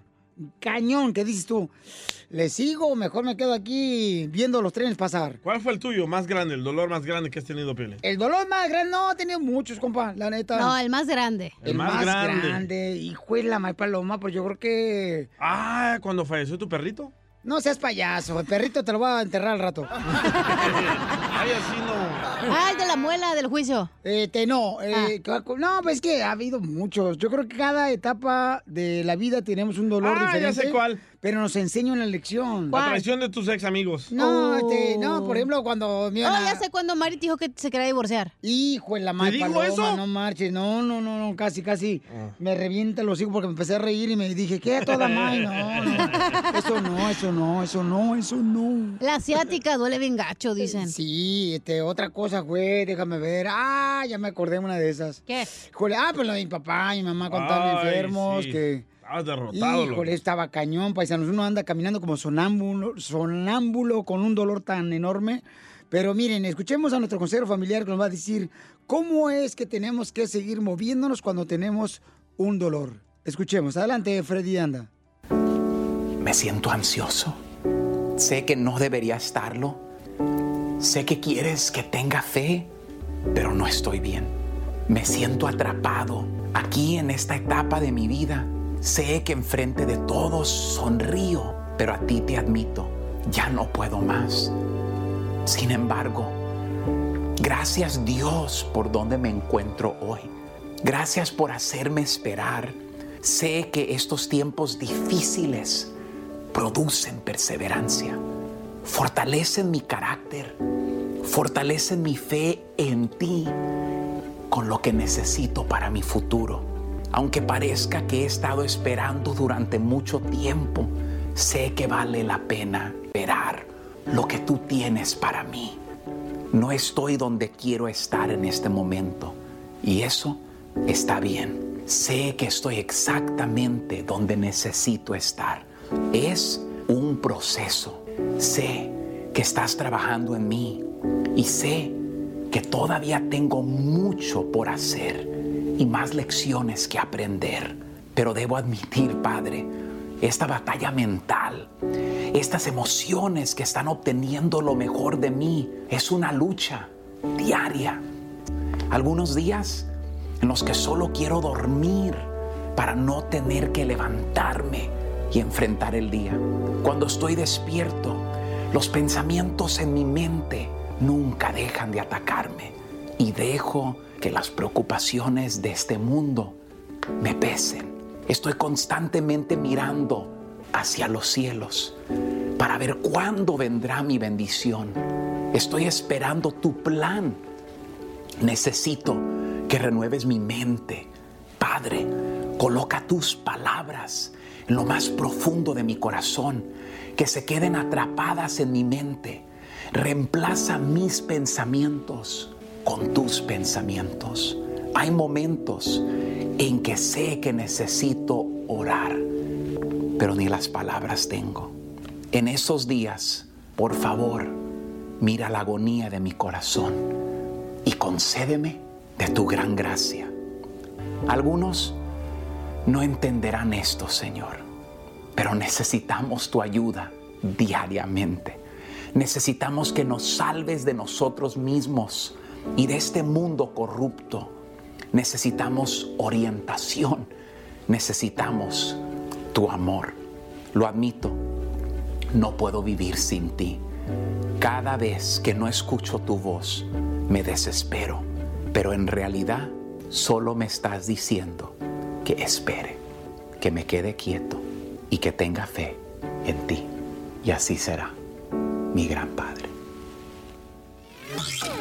Speaker 2: cañón que dices tú, ¿le sigo o mejor me quedo aquí viendo los trenes pasar?
Speaker 3: ¿Cuál fue el tuyo más grande, el dolor más grande que has tenido, Piolín?
Speaker 2: El dolor más grande, no, he tenido muchos, compa, la neta.
Speaker 4: No, el más grande.
Speaker 3: El más grande.
Speaker 2: Hijo de la mal paloma, pues yo creo que.
Speaker 3: Ah, cuando falleció tu perrito.
Speaker 2: No seas payaso, el perrito te lo va a enterrar al rato.
Speaker 3: Ay, así no.
Speaker 2: Ah, el de la muela del juicio. Este, no. eh, cu- No, pues es que ha habido muchos. Yo creo que cada etapa de la vida tenemos un dolor
Speaker 3: Ah, ya
Speaker 2: diferente.
Speaker 3: sé cuál.
Speaker 2: Pero nos enseña una lección.
Speaker 3: La traición de tus ex amigos.
Speaker 2: No, este, no, por ejemplo, cuando...
Speaker 4: Oh, ya sé cuando Marit dijo que se quería divorciar.
Speaker 2: Hijo de la mal paloma, No marches, no, no, no, no, casi, casi. Me revienta los hijos porque me empecé a reír y me dije, ¿qué a toda madre? No, no, eso no, eso no, eso no, eso no.
Speaker 4: La asiática duele bien gacho, dicen.
Speaker 2: Sí, este, otra cosa, güey, déjame ver. Ah, ya me acordé de una de esas.
Speaker 4: ¿Qué?
Speaker 2: Híjole, ah, pues lo de mi papá y mi mamá cuando estaban
Speaker 3: Ay,
Speaker 2: enfermos,
Speaker 3: sí.
Speaker 2: que...
Speaker 3: Estabas derrotado, loco.
Speaker 2: Híjole, estaba cañón, paisanos. Uno anda caminando como sonámbulo, sonámbulo con un dolor tan enorme. Pero miren, escuchemos a nuestro consejero familiar que nos va a decir cómo es que tenemos que seguir moviéndonos cuando tenemos un dolor. Escuchemos. Adelante, Freddy Anda.
Speaker 20: Me siento ansioso. Sé que no debería estarlo. Sé que quieres que tenga fe, pero no estoy bien. Me siento atrapado aquí en esta etapa de mi vida. Sé que enfrente de todos sonrío, pero a ti te admito, ya no puedo más. Sin embargo, gracias Dios por donde me encuentro hoy. Gracias por hacerme esperar. Sé que estos tiempos difíciles producen perseverancia, fortalecen mi carácter, fortalecen mi fe en ti con lo que necesito para mi futuro. Aunque parezca que he estado esperando durante mucho tiempo, Sé que vale la pena esperar lo que tú tienes para mí. No estoy donde quiero estar en este momento y eso está bien. Sé que estoy exactamente donde necesito estar. Es un proceso. Sé que estás trabajando en mí y sé que todavía tengo mucho por hacer y más lecciones que aprender. Pero debo admitir, Padre, esta batalla mental, estas emociones que están obteniendo lo mejor de mí, es una lucha diaria. Algunos días en los que solo quiero dormir para no tener que levantarme y enfrentar el día. Cuando estoy despierto, los pensamientos en mi mente nunca dejan de atacarme y dejo que las preocupaciones de este mundo me pesen. Estoy constantemente mirando hacia los cielos para ver cuándo vendrá mi bendición. Estoy esperando tu plan. Necesito que renueves mi mente. Padre, coloca tus palabras en lo más profundo de mi corazón, que se queden atrapadas en mi mente. Reemplaza mis pensamientos con tus pensamientos. Hay momentos en que sé que necesito orar, pero ni las palabras tengo. En esos días, por favor, mira la agonía de mi corazón y concédeme de tu gran gracia. Algunos no entenderán esto, Señor, pero necesitamos tu ayuda diariamente. Necesitamos que nos salves de nosotros mismos y de este mundo corrupto. Necesitamos orientación, necesitamos tu amor. Lo admito, no puedo vivir sin ti. Cada vez que no escucho tu voz, me desespero, pero en realidad solo me estás diciendo que espere, que me quede quieto y que tenga fe en ti. Y así será, mi gran Padre.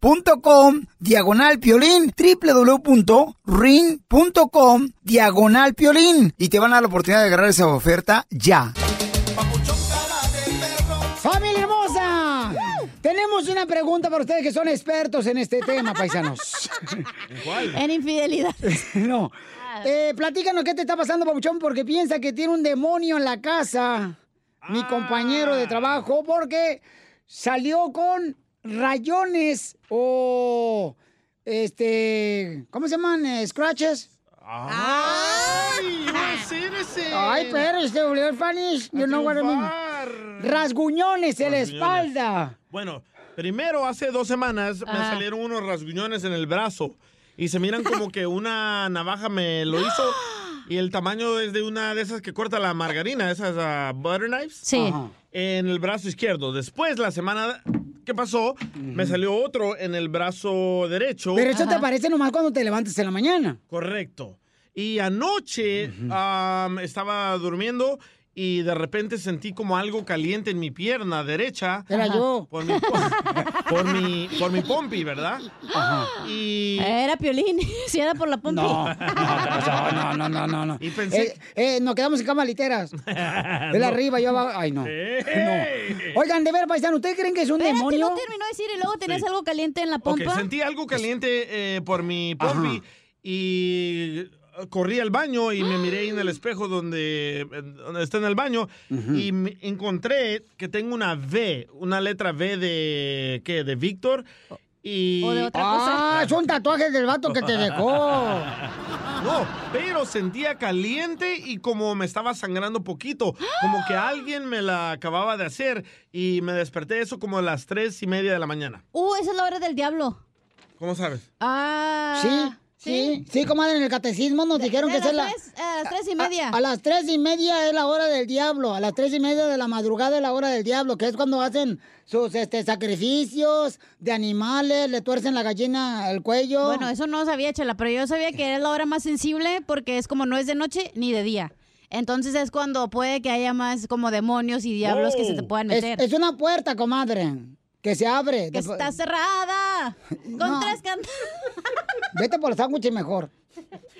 Speaker 21: ring.com diagonal piolín www.ring.com diagonal piolín y te van a dar la oportunidad de agarrar esa oferta ya.
Speaker 2: ¡Familia hermosa! Tenemos una pregunta para ustedes que son expertos en este tema, paisanos.
Speaker 4: En infidelidad. Ah.
Speaker 2: no. Eh, platícanos qué te está pasando, Pabuchón, porque piensa que tiene un demonio en la casa, mi compañero de trabajo, porque salió con rayones o este, ¿cómo se llaman? Eh, Scratches.
Speaker 3: ¡Ay!
Speaker 2: Ay, pero este volvió Spanish, you know what I mean. Rasguñones en la espalda. Ah.
Speaker 3: Bueno, primero hace dos semanas me
Speaker 2: Ajá.
Speaker 3: salieron unos rasguñones en el brazo y se miran como que una navaja me lo hizo y el tamaño es de una de esas que corta la margarina, esas ah, butter knives.
Speaker 4: Sí. Ajá.
Speaker 3: En el brazo izquierdo. Después, la semana que pasó, me salió otro en el brazo derecho.
Speaker 2: Pero eso te aparece nomás cuando te levantes en la mañana.
Speaker 3: Correcto. Y anoche am, estaba durmiendo y de repente sentí como algo caliente en mi pierna derecha.
Speaker 2: Era yo.
Speaker 3: Por mi, po- por mi, por mi pompi, ¿verdad? Y...
Speaker 4: Era Piolín, si era por la pompa.
Speaker 2: no, no, no, no, no.
Speaker 3: Y pensé...
Speaker 2: Eh, eh, nos quedamos en cama literas. Él arriba, yo abajo. Ay, no. No. Oigan, de ver, paisano, ¿ustedes creen que es un demonio?
Speaker 4: No terminó de decir y luego tenías algo caliente en la
Speaker 3: Ok,
Speaker 2: Este.
Speaker 4: pompa.
Speaker 3: sentí algo caliente eh, por mi pompi y corrí al baño y me miré ahí
Speaker 2: Mm.
Speaker 3: en el espejo donde, donde está en el baño y me encontré que tengo una V, una letra V de, ¿qué? De Víctor. Y...
Speaker 2: ah, son tatuajes del vato que te dejó.
Speaker 3: No, pero sentía caliente y como me estaba sangrando poquito, como que alguien me la acababa de hacer y me desperté eso como a las tres y media de la mañana.
Speaker 4: Uh, esa es la hora del diablo.
Speaker 3: ¿Cómo sabes?
Speaker 4: Ah.
Speaker 2: Sí, sí, sí, comadre, en el catecismo nos dijeron
Speaker 4: de
Speaker 2: que
Speaker 4: las
Speaker 2: es la...
Speaker 4: tres- a las tres y media.
Speaker 2: A, a las tres y media es la hora del diablo, a las tres y media de la madrugada es la hora del diablo, que es cuando hacen sus este, sacrificios de animales, le tuercen la gallina al cuello.
Speaker 4: Bueno, eso no sabía, Chela, pero yo sabía que era la hora más sensible porque es como no es de noche ni de día. Entonces es cuando puede que haya más como demonios y diablos que se te puedan
Speaker 2: Oh, Es-
Speaker 4: meter.
Speaker 2: Es, una puerta, comadre, que se abre.
Speaker 4: Que está cerrada. Con tres can-
Speaker 2: Vete por el sándwich mejor.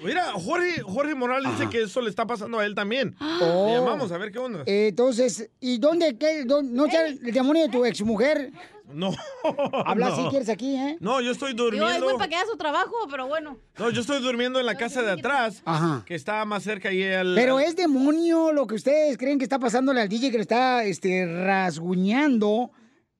Speaker 3: Mira, Jorge, Jorge Morales dice que eso le está pasando a él también.
Speaker 2: Oh. Eh,
Speaker 3: Le llamamos a ver qué onda.
Speaker 2: Entonces, ¿y dónde, qué, dónde- no sea el demonio de tu exmujer?
Speaker 3: No.
Speaker 2: Habla
Speaker 3: no.
Speaker 2: así, quieres aquí, ¿eh?
Speaker 3: No, yo estoy
Speaker 4: Digo, ay, güey,
Speaker 3: durmiendo.
Speaker 4: para que haga su trabajo, pero bueno.
Speaker 3: No, yo estoy durmiendo en la casa de atrás,
Speaker 2: Ajá.
Speaker 3: que está más cerca y el.
Speaker 2: Pero es demonio lo que ustedes creen que está pasándole al DJ que le está este, rasguñando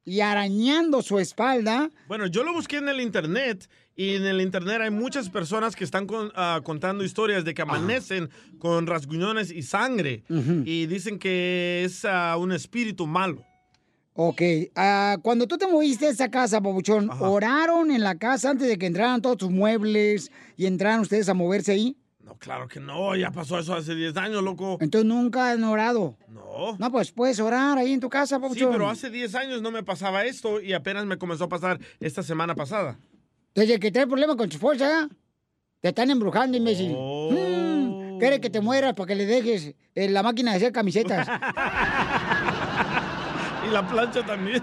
Speaker 2: y arañando su espalda.
Speaker 3: Bueno, yo lo busqué en el internet y en el internet hay muchas personas que están con- ah, contando historias de que amanecen con rasguñones y sangre y dicen que es ah, un espíritu malo.
Speaker 2: Ok, ah, cuando tú te moviste a esa casa, Pabuchón, ¿oraron en la casa antes de que entraran todos tus muebles y entraran ustedes a moverse ahí?
Speaker 3: No, claro que no, ya pasó eso hace 10 años, loco.
Speaker 2: Entonces nunca han orado.
Speaker 3: No.
Speaker 2: No, pues puedes orar ahí en tu casa,
Speaker 3: Sí,
Speaker 2: Pabuchón.
Speaker 3: pero hace 10 años no me pasaba esto y apenas me comenzó a pasar esta semana pasada.
Speaker 2: Desde que trae problema con tu esposa, te están embrujando, imbécil.
Speaker 3: Oh.
Speaker 2: Mm, quiere que te mueras para que le dejes eh, la máquina de hacer camisetas.
Speaker 3: Y la plancha también.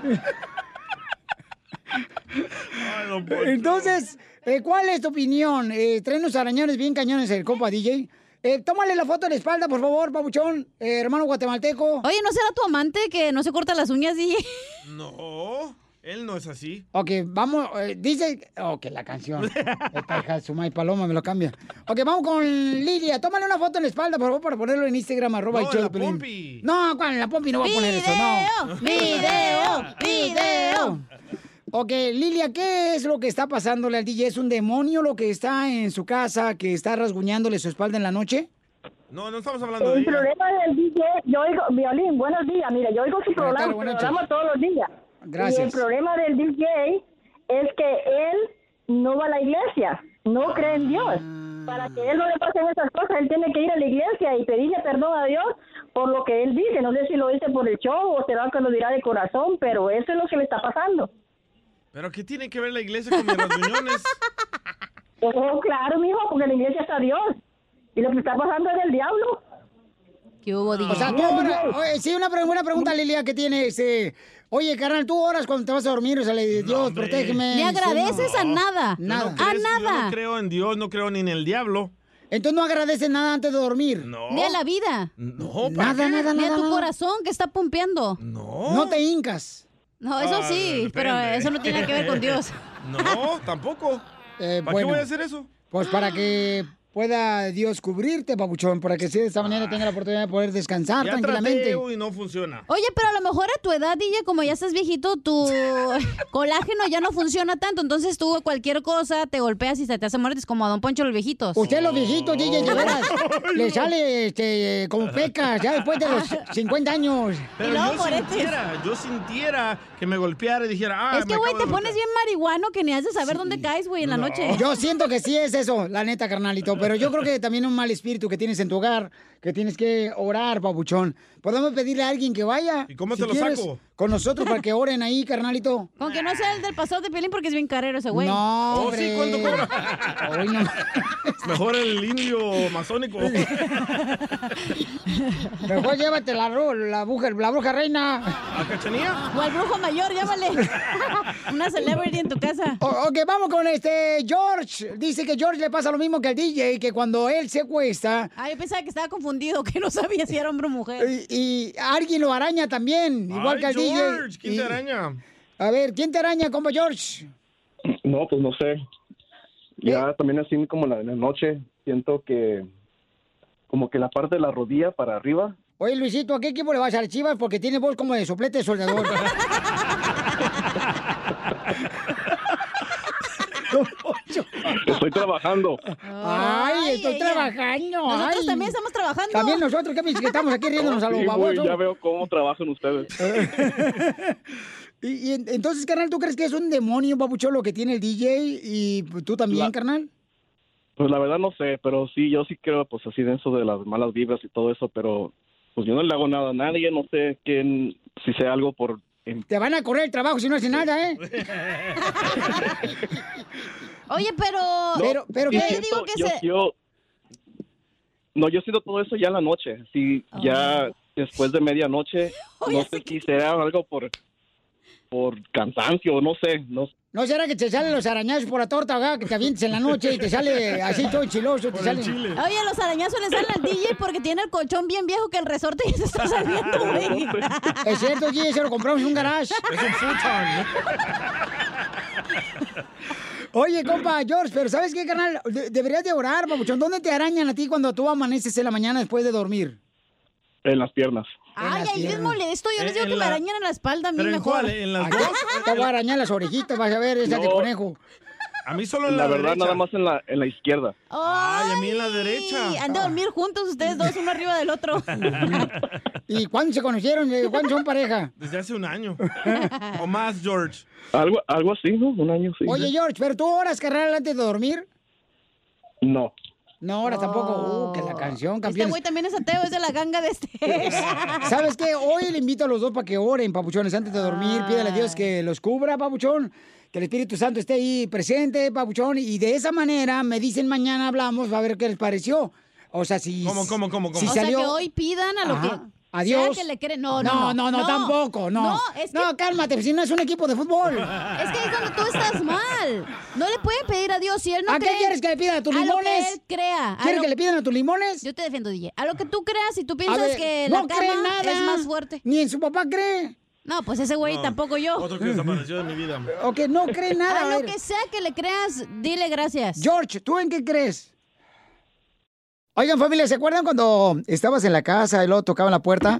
Speaker 2: Entonces, eh, ¿cuál es tu opinión? Eh, traen unos arañones bien cañones el compa DJ. Eh, tómale la foto de la espalda, por favor, pabuchón, eh, hermano guatemalteco.
Speaker 4: Oye, ¿no será tu amante que no se corta las uñas, DJ?
Speaker 3: No, él no es así.
Speaker 2: Ok, vamos, eh, dice... Ok, la canción. Esta hija de su y paloma me lo cambia. Ok, vamos con Lilia. Tómale una foto en la espalda, por favor, para ponerlo en Instagram, arroba
Speaker 3: No,
Speaker 2: el show
Speaker 3: la
Speaker 2: de Piolín.
Speaker 3: pompi.
Speaker 2: No, ¿cuál? La pompi no va a poner eso, no.
Speaker 4: ¡Video!
Speaker 2: ¡Video! Ok, Lilia, ¿qué es lo que está pasándole al DJ? ¿Es un demonio lo que está en su casa, que está rasguñándole su espalda en la noche?
Speaker 3: No, no estamos hablando de
Speaker 22: El
Speaker 3: ella.
Speaker 22: problema del DJ, yo oigo, Violín, buenos días, mira, yo oigo su
Speaker 3: Buenas
Speaker 22: programa,
Speaker 3: tardes,
Speaker 22: su
Speaker 3: buenas noches.
Speaker 22: programa todos los días.
Speaker 3: Gracias.
Speaker 22: Y el problema del DJ es que él no va a la iglesia, no cree en Dios.
Speaker 3: Ah.
Speaker 22: Para que él no le pasen esas cosas, él tiene que ir a la iglesia y pedirle perdón a Dios por lo que él dice. No sé si lo dice por el show o será que lo dirá de corazón, pero eso es lo que le está pasando.
Speaker 3: ¿Pero qué tiene que ver la iglesia con mis rasguñones?
Speaker 22: Oh, claro, mijo, porque la iglesia está Dios. Y lo que está pasando es del diablo.
Speaker 4: ¿Qué hubo,
Speaker 2: O sea, tú ora- oye, sí, una, pre- una pregunta, Lilia, que tiene este... Oye, carnal, tú oras cuando te vas a dormir, o sea, le Dios, protégeme. Sí,
Speaker 4: Le agradeces
Speaker 2: no.
Speaker 4: a nada.
Speaker 3: Yo no
Speaker 2: Nada.
Speaker 3: creo-
Speaker 2: A
Speaker 3: yo
Speaker 2: nada.
Speaker 3: no creo en Dios, no creo ni en el diablo.
Speaker 2: Entonces no agradeces nada antes de dormir.
Speaker 3: No.
Speaker 4: Ni a la vida.
Speaker 3: No, ¿para
Speaker 2: Nada,
Speaker 3: qué?
Speaker 2: nada,
Speaker 4: Ni
Speaker 2: nada.
Speaker 4: a tu
Speaker 2: nada.
Speaker 4: corazón que está pumpeando.
Speaker 3: No.
Speaker 2: No te hincas.
Speaker 4: No, eso
Speaker 3: Ah,
Speaker 4: sí,
Speaker 3: depende.
Speaker 4: pero eso no tiene que ver con Dios.
Speaker 3: No, tampoco.
Speaker 2: Eh,
Speaker 3: ¿Para
Speaker 2: bueno.
Speaker 3: qué voy a hacer eso?
Speaker 2: Pues para que pueda Dios cubrirte, papuchón, para que sí, de esta manera tenga la oportunidad de poder descansar
Speaker 3: ya
Speaker 2: Ah, tranquilamente.
Speaker 3: traté y no funciona.
Speaker 4: Oye, pero a lo mejor a tu edad, DJ, como ya estás viejito, tu colágeno ya no funciona tanto. Entonces tú cualquier cosa te golpeas y se te hace muertes como a Don Poncho los viejitos.
Speaker 2: Usted los viejitos, DJ, de veras, le sale este, como pecas ya después de los 50 años.
Speaker 3: Pero yo sintiera, yo sintiera que me golpeara y dijera, ah,
Speaker 4: este es que,
Speaker 3: me
Speaker 4: güey,
Speaker 3: acabo
Speaker 4: te
Speaker 3: de
Speaker 4: pones bien marihuano que ni has de saber dónde caes, güey, en la
Speaker 3: No.
Speaker 4: noche.
Speaker 2: Yo siento que sí es eso, la neta, carnalito. Pero yo creo que también un mal espíritu que tienes en tu hogar, que tienes que orar, papuchón. Podemos pedirle a alguien que vaya. ¿Y
Speaker 3: cómo te lo saco?
Speaker 2: Con nosotros para que oren ahí, carnalito.
Speaker 4: Con que no sea el del pasado de Pelín porque es bien carero ese güey.
Speaker 2: No, Oh, sí, hombre. ¿cuánto
Speaker 3: golpear. Mejor el indio masónico.
Speaker 2: Mejor llévate la, ro- la, bruja, la bruja reina.
Speaker 3: ¿A Cachanía?
Speaker 4: O al brujo mayor, llámale. Una celebrity en tu casa.
Speaker 2: O- ok, vamos con este George. Dice que George le pasa lo mismo que al DJ, que cuando él se cuesta
Speaker 4: Ah, yo pensaba que estaba confundido, que no sabía si era hombre o mujer.
Speaker 2: y, y alguien lo araña también, igual
Speaker 4: Ay,
Speaker 2: que al
Speaker 4: George,
Speaker 2: DJ.
Speaker 4: ¿quién
Speaker 2: Y-
Speaker 4: te
Speaker 3: araña?
Speaker 2: A ver, ¿quién te araña, compa George?
Speaker 6: No, pues no sé.
Speaker 19: Ya también así como la de la noche, siento que como que la parte de la rodilla para arriba.
Speaker 2: Oye, Luisito, ¿a qué equipo le vas a las chivas? Porque tiene voz como de soplete de soldador.
Speaker 19: Estoy trabajando.
Speaker 2: Ay, estoy
Speaker 4: ella.
Speaker 2: trabajando.
Speaker 4: Nosotros
Speaker 2: ay.
Speaker 4: también estamos trabajando.
Speaker 2: También nosotros, ¿qué piensas que estamos aquí riéndonos a los
Speaker 19: Sí, güey,
Speaker 2: babosos?
Speaker 19: ya veo cómo trabajan ustedes.
Speaker 2: Y, y en- entonces, carnal, ¿tú crees que es un demonio, papucho, lo que tiene el DJ? Y pues, tú también,
Speaker 19: La-
Speaker 2: carnal.
Speaker 19: Pues la verdad no sé, pero sí, yo sí creo pues así de eso de las malas vibras y todo eso, pero pues yo no le hago nada a nadie, no sé quién, si sea algo por... en-
Speaker 2: Te van a correr el trabajo si no haces nada, ¿eh?
Speaker 4: Oye, pero.
Speaker 19: No, sí
Speaker 4: yo
Speaker 19: siento-
Speaker 4: digo que
Speaker 19: yo,
Speaker 4: se.
Speaker 19: yo- No, yo siento todo eso ya en la noche, sí, ya
Speaker 4: Oh.
Speaker 19: después de medianoche, no sé si será algo por por cansancio, no sé, no
Speaker 2: ¿No será que te salen los arañazos por la torta, ¿verdad? que te avientes en la noche y te sale así todo enchiloso? Te salen...
Speaker 4: Oye, los arañazos le salen al DJ porque tiene el colchón bien viejo que el resorte ya se está saliendo, güey.
Speaker 2: pues. Es cierto, DJ, se lo compramos en un garage. Es un
Speaker 19: ¿eh?
Speaker 2: futon. Oye, compa, George, pero ¿sabes qué, carnal? De- deberías de orar, papuchón. ¿Dónde te arañan a ti cuando tú amaneces en la mañana después de dormir?
Speaker 19: en las piernas.
Speaker 4: Ay, ahí es molesto. Yo
Speaker 2: Eh,
Speaker 4: les digo
Speaker 2: en
Speaker 4: que me
Speaker 2: la-
Speaker 4: arañan en la espalda a mí
Speaker 2: ¿Pero en
Speaker 4: mejor.
Speaker 2: cuál? ¿En las dos? Te voy a arañar las orejitas, vas a ver, esa de conejo.
Speaker 19: A mí solo
Speaker 3: en la
Speaker 19: verdad
Speaker 3: derecha.
Speaker 19: nada más en la en la izquierda.
Speaker 4: Ay,
Speaker 3: a mí en la derecha.
Speaker 4: Han de dormir juntos ustedes dos, uno arriba del otro. Este
Speaker 2: ¿Y cuándo se conocieron? Eh, ¿Cuándo son pareja?
Speaker 3: Desde hace un año. o más, George.
Speaker 19: Algo algo así, ¿no? Un año sí.
Speaker 2: Oye, George, ¿pero tú oras, carnal, antes de dormir?
Speaker 19: No.
Speaker 2: No oras tampoco. Uh, que la canción,
Speaker 4: Este
Speaker 2: campeón.
Speaker 4: güey también es ateo, es de la ganga de este.
Speaker 2: ¿Sabes qué? Hoy le invito a los dos para que oren, papuchones, antes de dormir. Pídale a Dios que los cubra, papuchón. Que el Espíritu Santo esté ahí presente, papuchón. Y de esa manera me dicen mañana hablamos, va a ver qué les pareció. O sea, si.
Speaker 3: ¿Cómo, cómo, cómo, cómo?
Speaker 2: Si
Speaker 4: o
Speaker 2: salió...
Speaker 4: sea, que hoy pidan a lo
Speaker 2: Ajá.
Speaker 4: que.
Speaker 2: Adiós.
Speaker 4: Sea que le creen. No,
Speaker 2: no,
Speaker 4: no,
Speaker 2: no, no, tampoco, no.
Speaker 4: No, es que,
Speaker 2: No, cálmate, si no es un equipo de fútbol.
Speaker 4: es que es cuando tú estás mal. No le pueden pedir a Dios si él no
Speaker 2: ¿A qué
Speaker 4: cree.
Speaker 2: quieres que le pidan? ¿A tus
Speaker 4: lo que
Speaker 2: limones?
Speaker 4: él crea. A
Speaker 2: ¿Quieres
Speaker 4: lo-
Speaker 2: que le pidan a tus limones?
Speaker 4: Yo te defiendo, DJ. A lo que tú creas, si tú
Speaker 2: A
Speaker 4: piensas
Speaker 2: ver,
Speaker 4: que
Speaker 2: no
Speaker 4: la
Speaker 2: cree
Speaker 4: karma
Speaker 2: nada.
Speaker 4: es más fuerte.
Speaker 2: Ni en su papá cree.
Speaker 4: No, pues ese güey
Speaker 3: No,
Speaker 4: tampoco yo.
Speaker 3: Otro que desapareció de mi vida.
Speaker 2: O que no cree nada.
Speaker 4: A
Speaker 2: a
Speaker 4: lo
Speaker 2: ver.
Speaker 4: que sea que le creas, dile gracias.
Speaker 2: George, ¿tú en qué crees? Oigan, familia, ¿se acuerdan cuando estabas en la casa y luego tocaban la puerta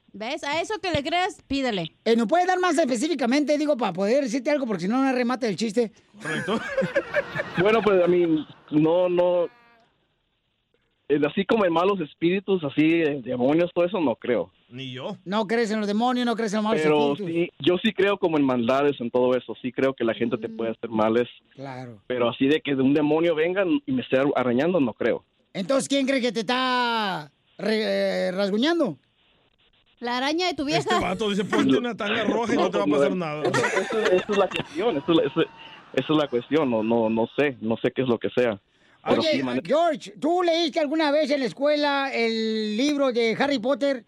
Speaker 4: ¿Ves? A eso que le creas, pídele.
Speaker 2: Eh, ¿No puedes dar más específicamente, digo, para poder decirte algo? Porque si no, no remate el chiste.
Speaker 19: Bueno, pues a mí no no el- así como en malos espíritus, así eh, demonios, todo eso no creo.
Speaker 3: Ni yo.
Speaker 2: No crees en los demonios, no crees en los malos
Speaker 19: Pero
Speaker 2: espíritus.
Speaker 19: sí, yo sí creo como en maldades, en todo eso. Sí creo que la gente te puede hacer males.
Speaker 2: Claro.
Speaker 19: Pero así de que de un demonio vengan y me esté arañando, no creo.
Speaker 2: Entonces, ¿quién cree que te está re- eh, rasguñando?
Speaker 4: La araña de tu vieja.
Speaker 3: Este vato dice, ponte una tanga roja y no te
Speaker 19: pues,
Speaker 3: va a pasar nada.
Speaker 19: Esa es la cuestión, esa es la, esa- esa es la cuestión. No, no, no sé, no sé qué es lo que sea. Pero sí,
Speaker 2: Oye,
Speaker 19: mane-
Speaker 2: George, ¿tú leíste alguna vez en la escuela el libro de Harry Potter?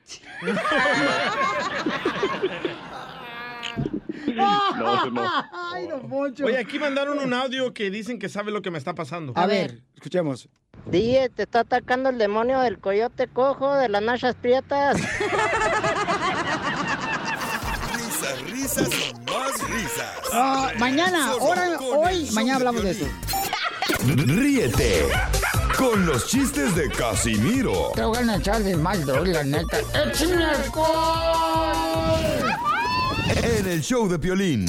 Speaker 3: No, no.
Speaker 2: Ay, don Poncho.
Speaker 3: Oye, aquí mandaron un audio que dicen que sabe lo que me está pasando.
Speaker 2: A ver, escuchemos.
Speaker 5: DJ, te está atacando el demonio del coyote cojo, de las nachas prietas.
Speaker 9: Risas, risas, más risas.
Speaker 2: Ah, mañana,
Speaker 9: Solo
Speaker 2: ahora,
Speaker 9: con el
Speaker 2: hoy,
Speaker 9: show
Speaker 2: mañana
Speaker 9: de
Speaker 2: hablamos de eso.
Speaker 9: Ríete con los chistes de Casimiro
Speaker 2: Te voy a echar de mal, doy, la neta. ¡Échame alcohol!
Speaker 9: en el show de Piolín.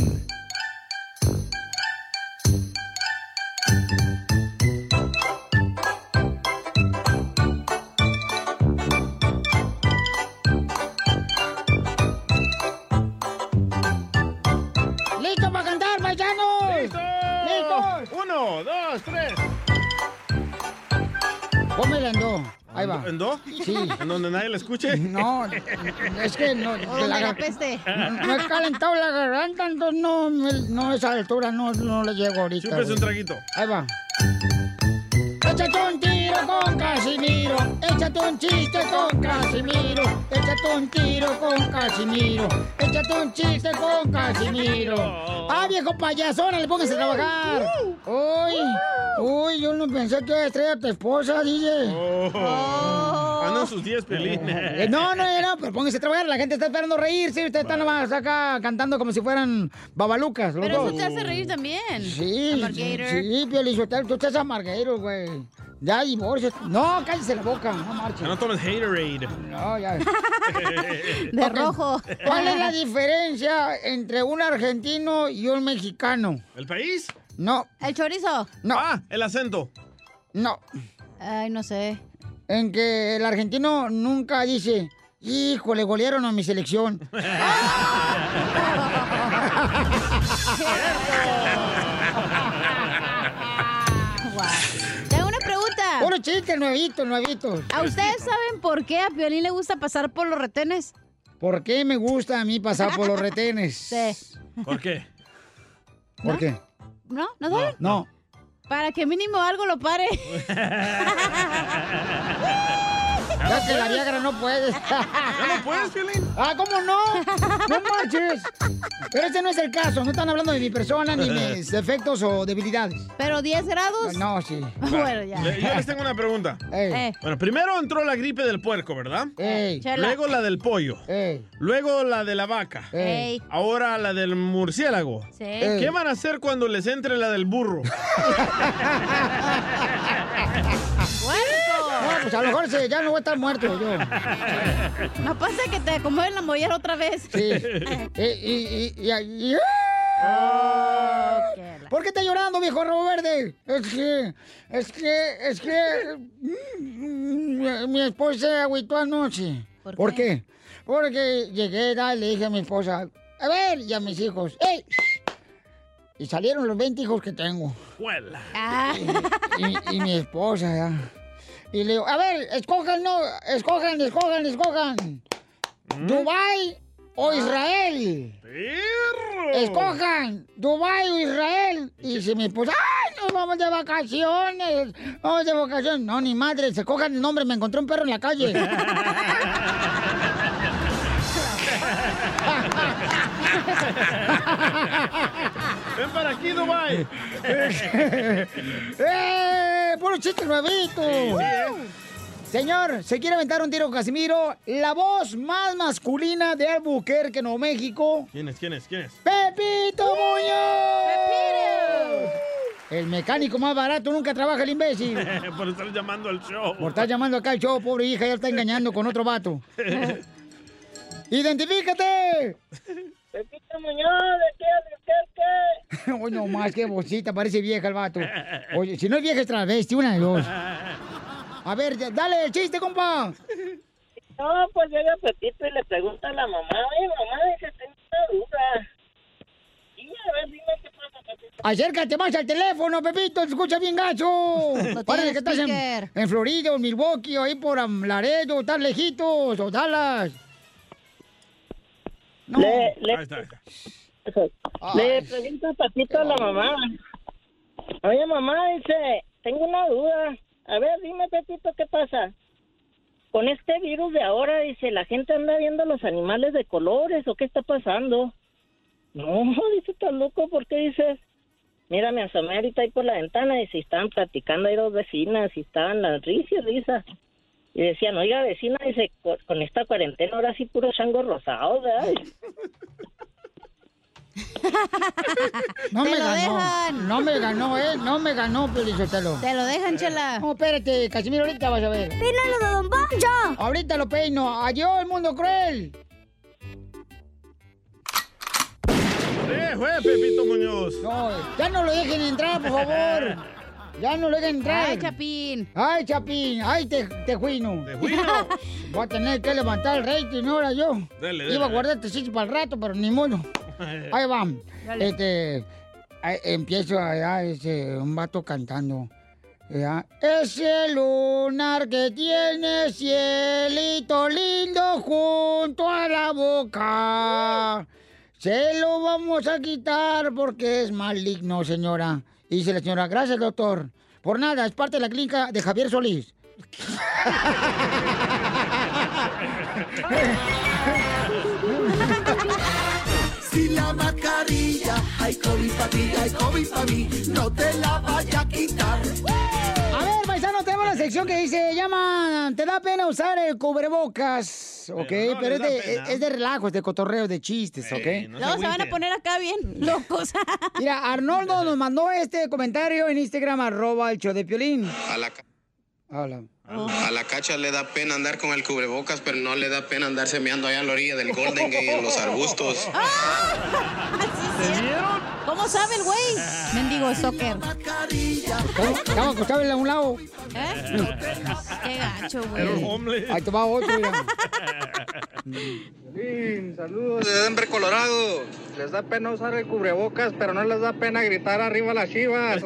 Speaker 2: Pónmela en do. Ahí va.
Speaker 3: ¿En do?
Speaker 2: Sí.
Speaker 3: ¿En donde nadie la escuche?
Speaker 2: No, es que no.
Speaker 3: donde Oh, la peste.
Speaker 2: No he calentado la garganta, entonces no, me- no a esa altura no, no le llego ahorita.
Speaker 3: Chúpese un
Speaker 2: güey.
Speaker 3: traguito.
Speaker 2: Ahí va. Échate un tiro con Casimiro, échate un chiste con Casimiro, échate un tiro con Casimiro, échate un chiste con Casimiro.
Speaker 3: Oh.
Speaker 2: ¡Ah, viejo payasona, le póngase a trabajar! ¡Uy! ¡Uy, yo no pensé que iba a traer a tu esposa, DJ!
Speaker 3: Oh. Andan sus 10
Speaker 2: Eh,
Speaker 3: pelines.
Speaker 2: No, no era, pero pónganse a trabajar, la gente está esperando reírse, ustedes están nomás acá cantando como si fueran babalucas. los
Speaker 4: Pero eso
Speaker 2: dos.
Speaker 4: te hace reír también.
Speaker 2: Sí,
Speaker 4: Amargator.
Speaker 2: sí, Piolizotel, tú estás amarguero, güey. Ya, divorcio. No, cállese la boca, no marches.
Speaker 3: Que no tomes haterade.
Speaker 2: No, ya.
Speaker 3: De
Speaker 2: Ok. ¿Cuál es la diferencia entre un argentino y un mexicano?
Speaker 3: ¿El país?
Speaker 2: No.
Speaker 4: ¿El chorizo?
Speaker 2: No.
Speaker 3: Ah, el acento.
Speaker 2: No.
Speaker 4: Ay, no sé.
Speaker 2: En que el argentino nunca dice, híjole, golearon a mi selección.
Speaker 4: Tengo una pregunta.
Speaker 2: Puro chiste, nuevito, nuevito.
Speaker 4: ¿A ustedes saben por qué a Piolín le gusta pasar por los retenes?
Speaker 2: ¿Por qué me gusta a mí pasar por los retenes? Sí.
Speaker 3: ¿Por qué?
Speaker 2: ¿Por qué?
Speaker 4: ¿No? ¿No saben?
Speaker 2: No.
Speaker 4: Para que mínimo algo lo pare.
Speaker 2: Ya que la Viagra no puedes. ¿Ya
Speaker 3: no puedes, Piolín?
Speaker 2: Ah, ¿cómo no? No marches. Pero este no es el caso. No están hablando de mi persona, ni mis defectos o debilidades.
Speaker 4: ¿Pero 10
Speaker 2: Ah,
Speaker 4: grados?
Speaker 2: No, sí.
Speaker 4: Bueno, ya.
Speaker 3: Le- Yo les tengo una pregunta.
Speaker 4: Eh.
Speaker 3: Bueno, primero entró la gripe del puerco, ¿verdad?
Speaker 2: Ey. Chela.
Speaker 3: Luego la del pollo. Luego la de la vaca.
Speaker 2: Ey.
Speaker 3: Ahora la del murciélago.
Speaker 4: Sí.
Speaker 2: Ey.
Speaker 3: ¿Qué van a hacer cuando les entre la del burro?
Speaker 2: No, pues a lo mejor sí, ya no voy a estar muerto yo.
Speaker 4: No pasa que te acomoden la mollera otra vez.
Speaker 2: Sí. Eh, y, y- y- y- ¡Ah! ¿Por qué está llorando, viejo robo verde? Es que, es que, es que mm, mi, mi esposa se agüitó anoche.
Speaker 4: ¿Por qué?
Speaker 2: Porque llegué, da, le dije a mi esposa, a ver, y a mis hijos, ¡ey! Y salieron los 20 hijos que tengo.
Speaker 3: Huela.
Speaker 2: Y, y mi esposa, ya. Y le digo, a ver, escojan, no, escojan, escojan, escojan. ¿Dubai o Israel? Escojan, Dubai o Israel. Y si mi esposa, ¡ay, nos vamos de vacaciones! Vamos de vacaciones. No, ni madre, se cojan el nombre, me encontré un perro en la calle.
Speaker 3: Ven para aquí, Dubai.
Speaker 2: ¡Eh! ¡Puro chiste nuevito! Señor, se quiere aventar un tiro con Casimiro, la voz más masculina de Albuquerque, Nuevo México,
Speaker 3: ¿Quién es? ¿Quién es? ¿Quién es?
Speaker 2: Pepito Muñoz. El mecánico más barato nunca trabaja el imbécil.
Speaker 3: Por estar llamando al show.
Speaker 2: Por estar llamando acá al show, pobre hija, ya está engañando con otro vato.
Speaker 3: Eh,
Speaker 2: ¡Identifícate!
Speaker 6: Pepito Muñoz, de aquí a
Speaker 2: Oye, no más, qué bolsita, parece vieja el vato. Oye, si no es vieja es travesti, una de dos. A ver, ya- dale el chiste, compa.
Speaker 6: No, pues llega Pepito y le pregunta a la mamá, oye, mamá, dice, tengo una duda. Y a ver, dime qué pasa, Pepito.
Speaker 2: Acércate más al teléfono, Pepito, te escucha bien
Speaker 6: Lo
Speaker 2: gacho.
Speaker 6: tiene
Speaker 2: Parece que estás en,
Speaker 6: speaker.
Speaker 2: en Florida, o en Milwaukee, o ahí por Am- Laredo, estás lejitos, o Dallas. No.
Speaker 6: Le,
Speaker 3: Ahí está, ahí está.
Speaker 6: le pregunta a Pepito a la mamá. Oye, mamá, dice, tengo una duda. A ver, dime, Pepito, ¿qué pasa? Con este virus de ahora, dice, ¿la gente anda viendo los animales de colores o qué está pasando? No, dice, estás loco, ¿por qué dices? Mira, me asomé ahorita ahí por la ventana y se estaban platicando ahí dos vecinas y estaban las risas y risas. Y decían, oiga, vecina, dice, "co- con esta cuarentena ahora sí puro chango rosado, ¿verdad?
Speaker 2: No
Speaker 6: Te
Speaker 2: me
Speaker 6: lo
Speaker 2: ganó.
Speaker 6: dejan.
Speaker 2: No me ganó, eh. No me ganó, Pelizotelo. Te lo dejan, chela. No, espérate, Casimiro, ahorita vas a ver. Peínalo de Don Poncho. Ahorita lo peino. Adiós, el mundo cruel.
Speaker 3: ¡Eh, güey, Pepito Muñoz!
Speaker 2: No, eh. ya no lo dejen entrar, por favor. Ya no lo dejen entrar.
Speaker 4: Ay,
Speaker 2: Chapín. Ay, Chapín. Ay, te, tejuino.
Speaker 3: Tejuino.
Speaker 2: Voy a tener que levantar el rating ahora yo.
Speaker 3: Dale,
Speaker 2: Iba a
Speaker 3: dale.
Speaker 2: guardar este sitio para el rato, pero ni modo. Ahí va.
Speaker 3: Dale.
Speaker 2: Este, ahí empiezo allá, ese, un vato cantando. Ya. Ese lunar que tiene cielito lindo junto a la boca. Se lo vamos a quitar porque es maligno, señora. Y dice la señora, gracias, doctor. Por nada, es parte de la clínica de Javier Solís.
Speaker 17: Si la mascarilla hay COVID para ti, hay COVID para mí, no te la vaya a quitar.
Speaker 2: A ver, paisano, tenemos la sección que dice, llama, te da pena usar el cubrebocas, ¿ok? Pero,
Speaker 4: no
Speaker 2: es,
Speaker 4: les da
Speaker 2: de,
Speaker 4: pena.
Speaker 2: es de relajo, es de cotorreo, de chistes, ¿ok?
Speaker 4: Luego se van a poner acá bien locos.
Speaker 2: Mira, Arnoldo nos mandó este comentario en Instagram, arroba el show de Piolín.
Speaker 7: A la, ca-
Speaker 2: Hola.
Speaker 7: a la cacha le da pena andar con el cubrebocas, pero no le da pena andar semeando allá a la orilla del Golden Gate en los arbustos.
Speaker 4: Ah, ¿Cómo sabe el güey? Mendigo soccer.
Speaker 2: Estaba acostado en un lado. ¿Eh?
Speaker 4: Qué gacho,
Speaker 2: güey. Ahí te va otro, mira.
Speaker 8: saludos de Denver, Colorado. Les da pena usar el cubrebocas, pero no les da pena gritar arriba las chivas.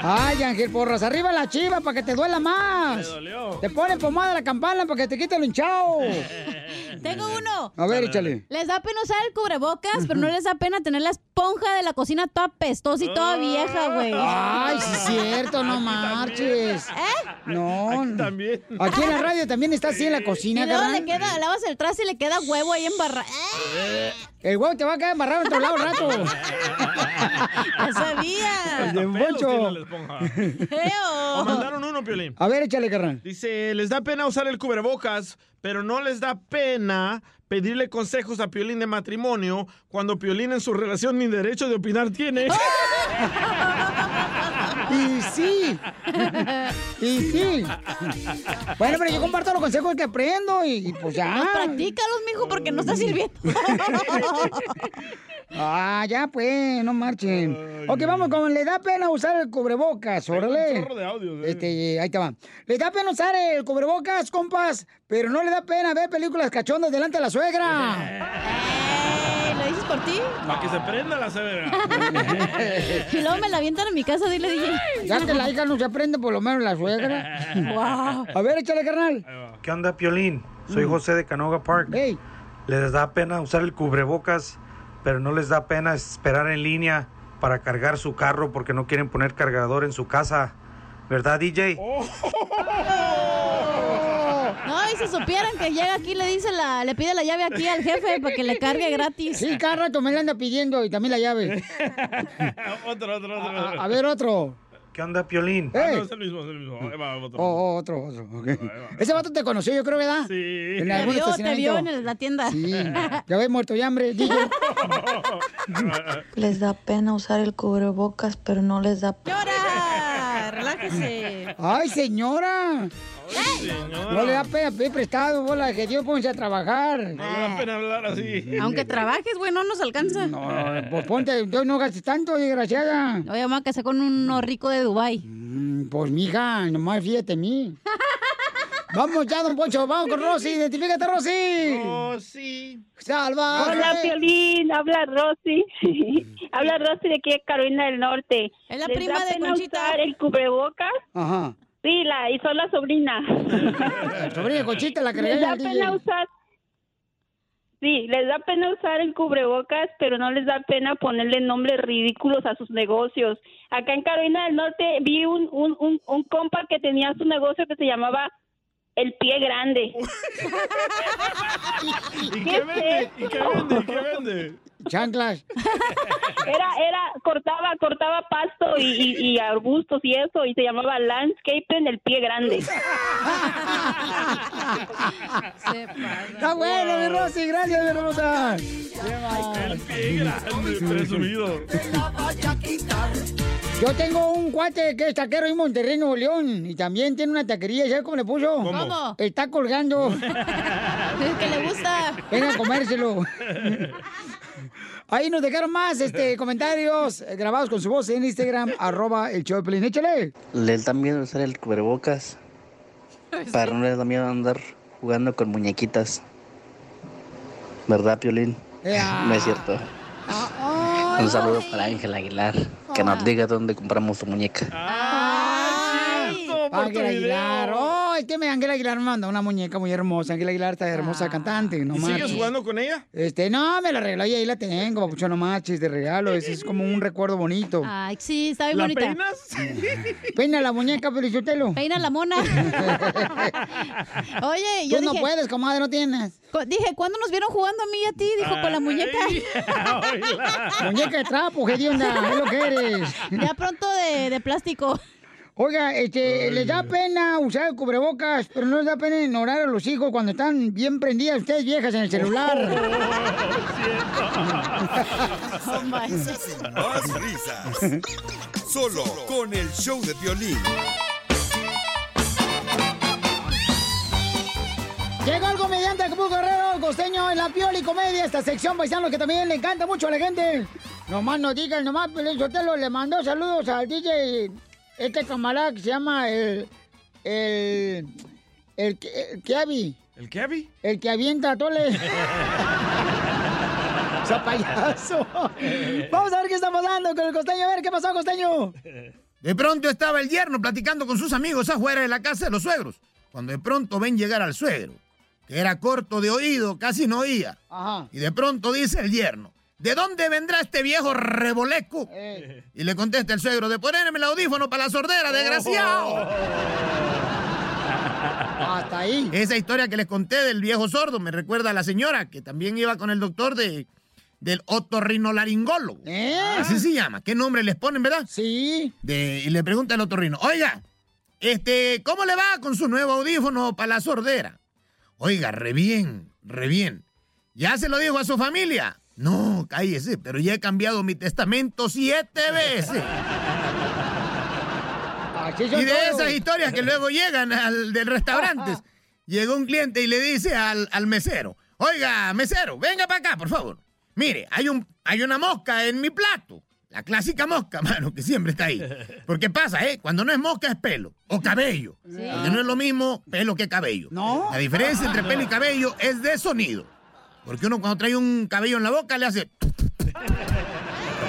Speaker 2: Ay, Ángel Porras, arriba la chiva para que te duela más.
Speaker 17: Me dolió.
Speaker 2: Te ponen pomada la campana para que te quiten lo hinchado.
Speaker 4: Tengo uno.
Speaker 2: A ver, échale.
Speaker 4: Les da pena usar el cubrebocas, pero no les da pena tener la esponja de la cocina toda pestosa y
Speaker 7: Ah.
Speaker 4: toda vieja, güey.
Speaker 2: Ay, sí es cierto, no marches. ¿Eh? No. Aquí también. Aquí en la radio también está así en la
Speaker 4: Y
Speaker 2: cocina,
Speaker 4: luego
Speaker 2: carnal.
Speaker 4: le queda, lavas el traste y le queda huevo ahí embarrado.
Speaker 2: El huevo te va a quedar embarrado en otro lado un rato.
Speaker 4: Ya sabía.
Speaker 2: El de
Speaker 3: tiene la
Speaker 2: Moncho.
Speaker 3: esponja. Me mandaron uno, Piolín.
Speaker 2: A ver, échale, carnal.
Speaker 3: Dice, les da pena usar el cubrebocas, pero no les da pena pedirle consejos a Piolín de matrimonio cuando Piolín en su relación ni derecho de opinar tiene.
Speaker 2: Y sí. Y sí. Bueno, pero yo comparto los consejos que aprendo y, y pues ya.
Speaker 4: Pues practícalos, mijo, porque no está sirviendo.
Speaker 2: Ah, ya pues, no marchen. ok, vamos, con le da pena usar el cubrebocas, órale.
Speaker 3: chorro de audios, eh.
Speaker 2: Este, ahí te va. Le da pena usar el cubrebocas, compas, pero no le da pena ver películas cachondas delante de la suegra.
Speaker 4: ¿Lo dices por ti?
Speaker 3: Para que se prenda la severa.
Speaker 4: Y luego me la avientan en mi casa, dile, dije.
Speaker 2: Ya que la hija no se aprende, por lo menos la suegra.
Speaker 4: Wow.
Speaker 2: A ver, échale, carnal.
Speaker 23: ¿Qué onda, Piolín? Soy
Speaker 2: Mm.
Speaker 23: José de Canoga Park. Les da pena usar el cubrebocas, pero no les da pena esperar en línea para cargar su carro porque no quieren poner cargador en su casa. ¿Verdad, DJ?
Speaker 4: No, y si supieran que llega aquí, le dice la, le pide la llave aquí al jefe para que le cargue gratis.
Speaker 2: Sí, cada rato me la anda pidiendo y también la llave.
Speaker 3: otro, otro, otro.
Speaker 2: A, a ver, otro.
Speaker 23: ¿Qué onda, Piolín?
Speaker 3: Ah, no, es el mismo, es el mismo. Ahí va, otro.
Speaker 2: Oh, oh, otro, otro. ok. Ese vato te conoció, yo creo, ¿verdad? Sí. En
Speaker 4: Te
Speaker 2: algún
Speaker 4: vio, te
Speaker 2: estacionamiento.
Speaker 4: vio en el- la tienda.
Speaker 2: Sí. Ya ves, muerto de hambre. digo.
Speaker 24: Les da pena usar el cubrebocas, pero no les da pena.
Speaker 4: Ah, relájese.
Speaker 2: Ay, señora.
Speaker 3: señora.
Speaker 2: No le da pena pedir prestado, bola, que Dios ponse a trabajar.
Speaker 3: No le da pena hablar así.
Speaker 4: Aunque trabajes, güey, no nos alcanza.
Speaker 2: No, pues ponte, entonces no gastes tanto, desgraciada.
Speaker 4: Oye, vamos a casar con uno rico de Dubai.
Speaker 2: Mm, Pues, mija, nomás fíjate en mí. Vamos ya, don Poncho, vamos con Rosy, identifícate, Rosy.
Speaker 3: Rosy.
Speaker 2: Salva.
Speaker 25: Hola, Piolín. Habla Rosy. Habla Rosy de aquí de Carolina del Norte.
Speaker 4: Es la
Speaker 25: ¿Les
Speaker 4: prima
Speaker 25: da
Speaker 4: de
Speaker 25: pena
Speaker 4: Conchita.
Speaker 25: usar el cubrebocas?
Speaker 2: Ajá.
Speaker 25: Sí, la hizo la sobrina.
Speaker 2: Sobrina Conchita, la creé
Speaker 25: Les da
Speaker 2: al DJ.
Speaker 25: pena usar... Sí, les da pena usar el cubrebocas, pero no les da pena ponerle nombres ridículos a sus negocios. Acá en Carolina del Norte vi un, un, un, un compa que tenía su negocio que se llamaba El Pie Grande.
Speaker 3: ¿Y
Speaker 25: ¿Qué
Speaker 3: qué vende?
Speaker 25: es
Speaker 3: ¿Y qué vende? ¿Y qué vende?
Speaker 2: Chanclas.
Speaker 25: Era, era, cortaba, cortaba pasto y, y- y arbustos y eso, y se llamaba Landscaping el pie grande.
Speaker 2: Está bueno, mi Rosy, gracias, mi hermosa.
Speaker 3: Presumido.
Speaker 2: Yo tengo un cuate que es taquero en Monterrey, Nuevo León, y también tiene una taquería, ¿sabes cómo le puso?
Speaker 4: ¿Cómo?
Speaker 2: Está colgando.
Speaker 4: que le gusta.
Speaker 2: Venga a comérselo. Ahí nos dejaron más este, comentarios eh, grabados con su voz en Instagram, arroba el show de Pelín. Échale.
Speaker 26: Les da miedo usar el cubrebocas. Para no les da miedo andar jugando con muñequitas. ¿Verdad, Piolín?
Speaker 2: Ea.
Speaker 26: No es cierto.
Speaker 2: Ay,
Speaker 26: Un saludo para Ángel Aguilar. que nos diga dónde compramos su muñeca.
Speaker 22: Ah.
Speaker 2: Ángel Aguilar. Oh, es que me Ángel Aguilar me mandó una muñeca muy hermosa. Ángel Aguilar está hermosa cantante. No
Speaker 3: ¿Y sigues
Speaker 2: marches.
Speaker 3: jugando con ella?
Speaker 2: Este, no, me la regaló y ahí la tengo, papucho, no marches, de regalo. Es, es como un recuerdo bonito.
Speaker 4: Ay, sí, está bien
Speaker 2: ¿La
Speaker 4: bonita.
Speaker 2: peinas? Peina la muñeca, Felicitelo.
Speaker 4: Peina la mona. Oye,
Speaker 2: Tú
Speaker 4: yo
Speaker 2: no
Speaker 4: dije-
Speaker 2: puedes, comadre, no tienes.
Speaker 4: Co- Dije, ¿cuándo nos vieron jugando a mí y a ti?
Speaker 2: Ah,
Speaker 4: Dijo, con la muñeca.
Speaker 2: Muñeca de trapo, gedionda, es lo que eres.
Speaker 4: Ya pronto de, plástico.
Speaker 2: Oiga, este, les da pena usar el cubrebocas, pero no les da pena ignorar a los hijos cuando están bien prendidas ustedes viejas en el celular.
Speaker 9: Más risas. Solo con el show de violín.
Speaker 2: Llega el comediante Acapulco Guerrero, el costeño, en la piola y comedia, esta sección paisano que también le encanta mucho a la gente. Nomás no digan, nomás Pelín Sotelo le mandó saludos al DJ, este camarada que se llama el... el... el, que- el Kiavi.
Speaker 3: ¿El Kevin?
Speaker 2: El que avienta tole. ¡Esa payaso! Vamos a ver qué está pasando con el costeño. A ver, ¿qué pasó, costeño?
Speaker 1: De pronto estaba el yerno platicando con sus amigos afuera de la casa de los suegros, cuando de pronto ven llegar al suegro, que era corto de oído, casi no oía.
Speaker 2: Ajá.
Speaker 1: Y de pronto dice el yerno, ¿de dónde vendrá este viejo reboleco?
Speaker 2: Eh.
Speaker 1: Y le contesta el suegro, de ponerme el audífono para la sordera, desgraciado.
Speaker 2: Hasta ahí.
Speaker 1: Esa historia que les conté del viejo sordo me recuerda a la señora que también iba con el doctor de, del otorrinolaringólogo. Así se llama. ¿Qué nombre les ponen, verdad?
Speaker 2: ¿Eh? Sí.
Speaker 1: y le pregunta el otorrino, oiga, este, ¿cómo le va con su nuevo audífono para la sordera? Oiga, re bien, re bien. ¿Ya se lo dijo a su familia? No, cállese, pero ya he cambiado mi testamento siete veces.
Speaker 2: Así son
Speaker 1: Y de
Speaker 2: todos.
Speaker 1: esas historias que luego llegan al del restaurante, llegó un cliente y le dice al, al mesero, oiga, mesero, venga para acá, por favor. Mire, hay, un, hay una mosca en mi plato. La clásica mosca, mano, que siempre está ahí. Porque pasa, ¿eh? Cuando no es mosca es pelo o cabello. Porque no es lo mismo pelo que cabello. No. La diferencia entre pelo y cabello es de sonido. Porque uno cuando trae un cabello en la boca le hace... Pero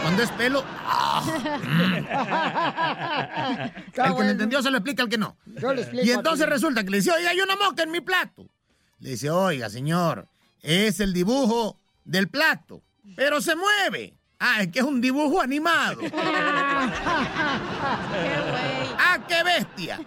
Speaker 1: cuando es pelo... ¡ah! Mm. el que lo entendió se lo explica al que no.
Speaker 2: Yo le explico
Speaker 1: Y
Speaker 2: a
Speaker 1: entonces
Speaker 2: ti.
Speaker 1: resulta que le dice, oiga, hay una mosca en mi plato. Le dice, oiga, señor, es el dibujo del plato, pero se mueve. Ah, es que es un dibujo animado. ¡Ah, qué bestia!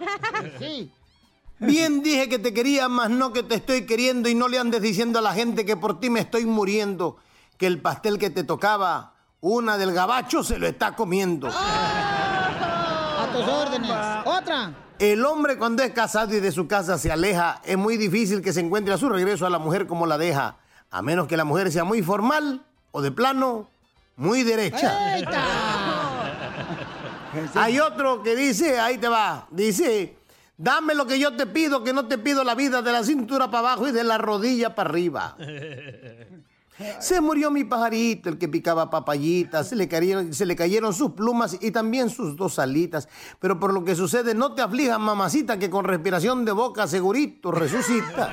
Speaker 13: Bien dije que te quería, más no que te estoy queriendo y no le andes diciendo a la gente que por ti me estoy muriendo, que el pastel que te tocaba, una del gabacho se lo está comiendo.
Speaker 2: A tus órdenes. Otra.
Speaker 13: El hombre cuando es casado y de su casa se aleja, es muy difícil que se encuentre a su regreso a la mujer como la deja, a menos que la mujer sea muy formal o de plano, muy
Speaker 2: Eh.
Speaker 13: derecha. Hay otro que dice, ahí te va, dice, dame lo que yo te pido, que no te pido la vida de la cintura para abajo y de la rodilla para arriba. Se murió mi pajarito, el que picaba papayitas, se le, cayeron, se le cayeron sus plumas y también sus dos alitas. Pero por lo que sucede, no te aflijas, mamacita, que con respiración de boca segurito resucita.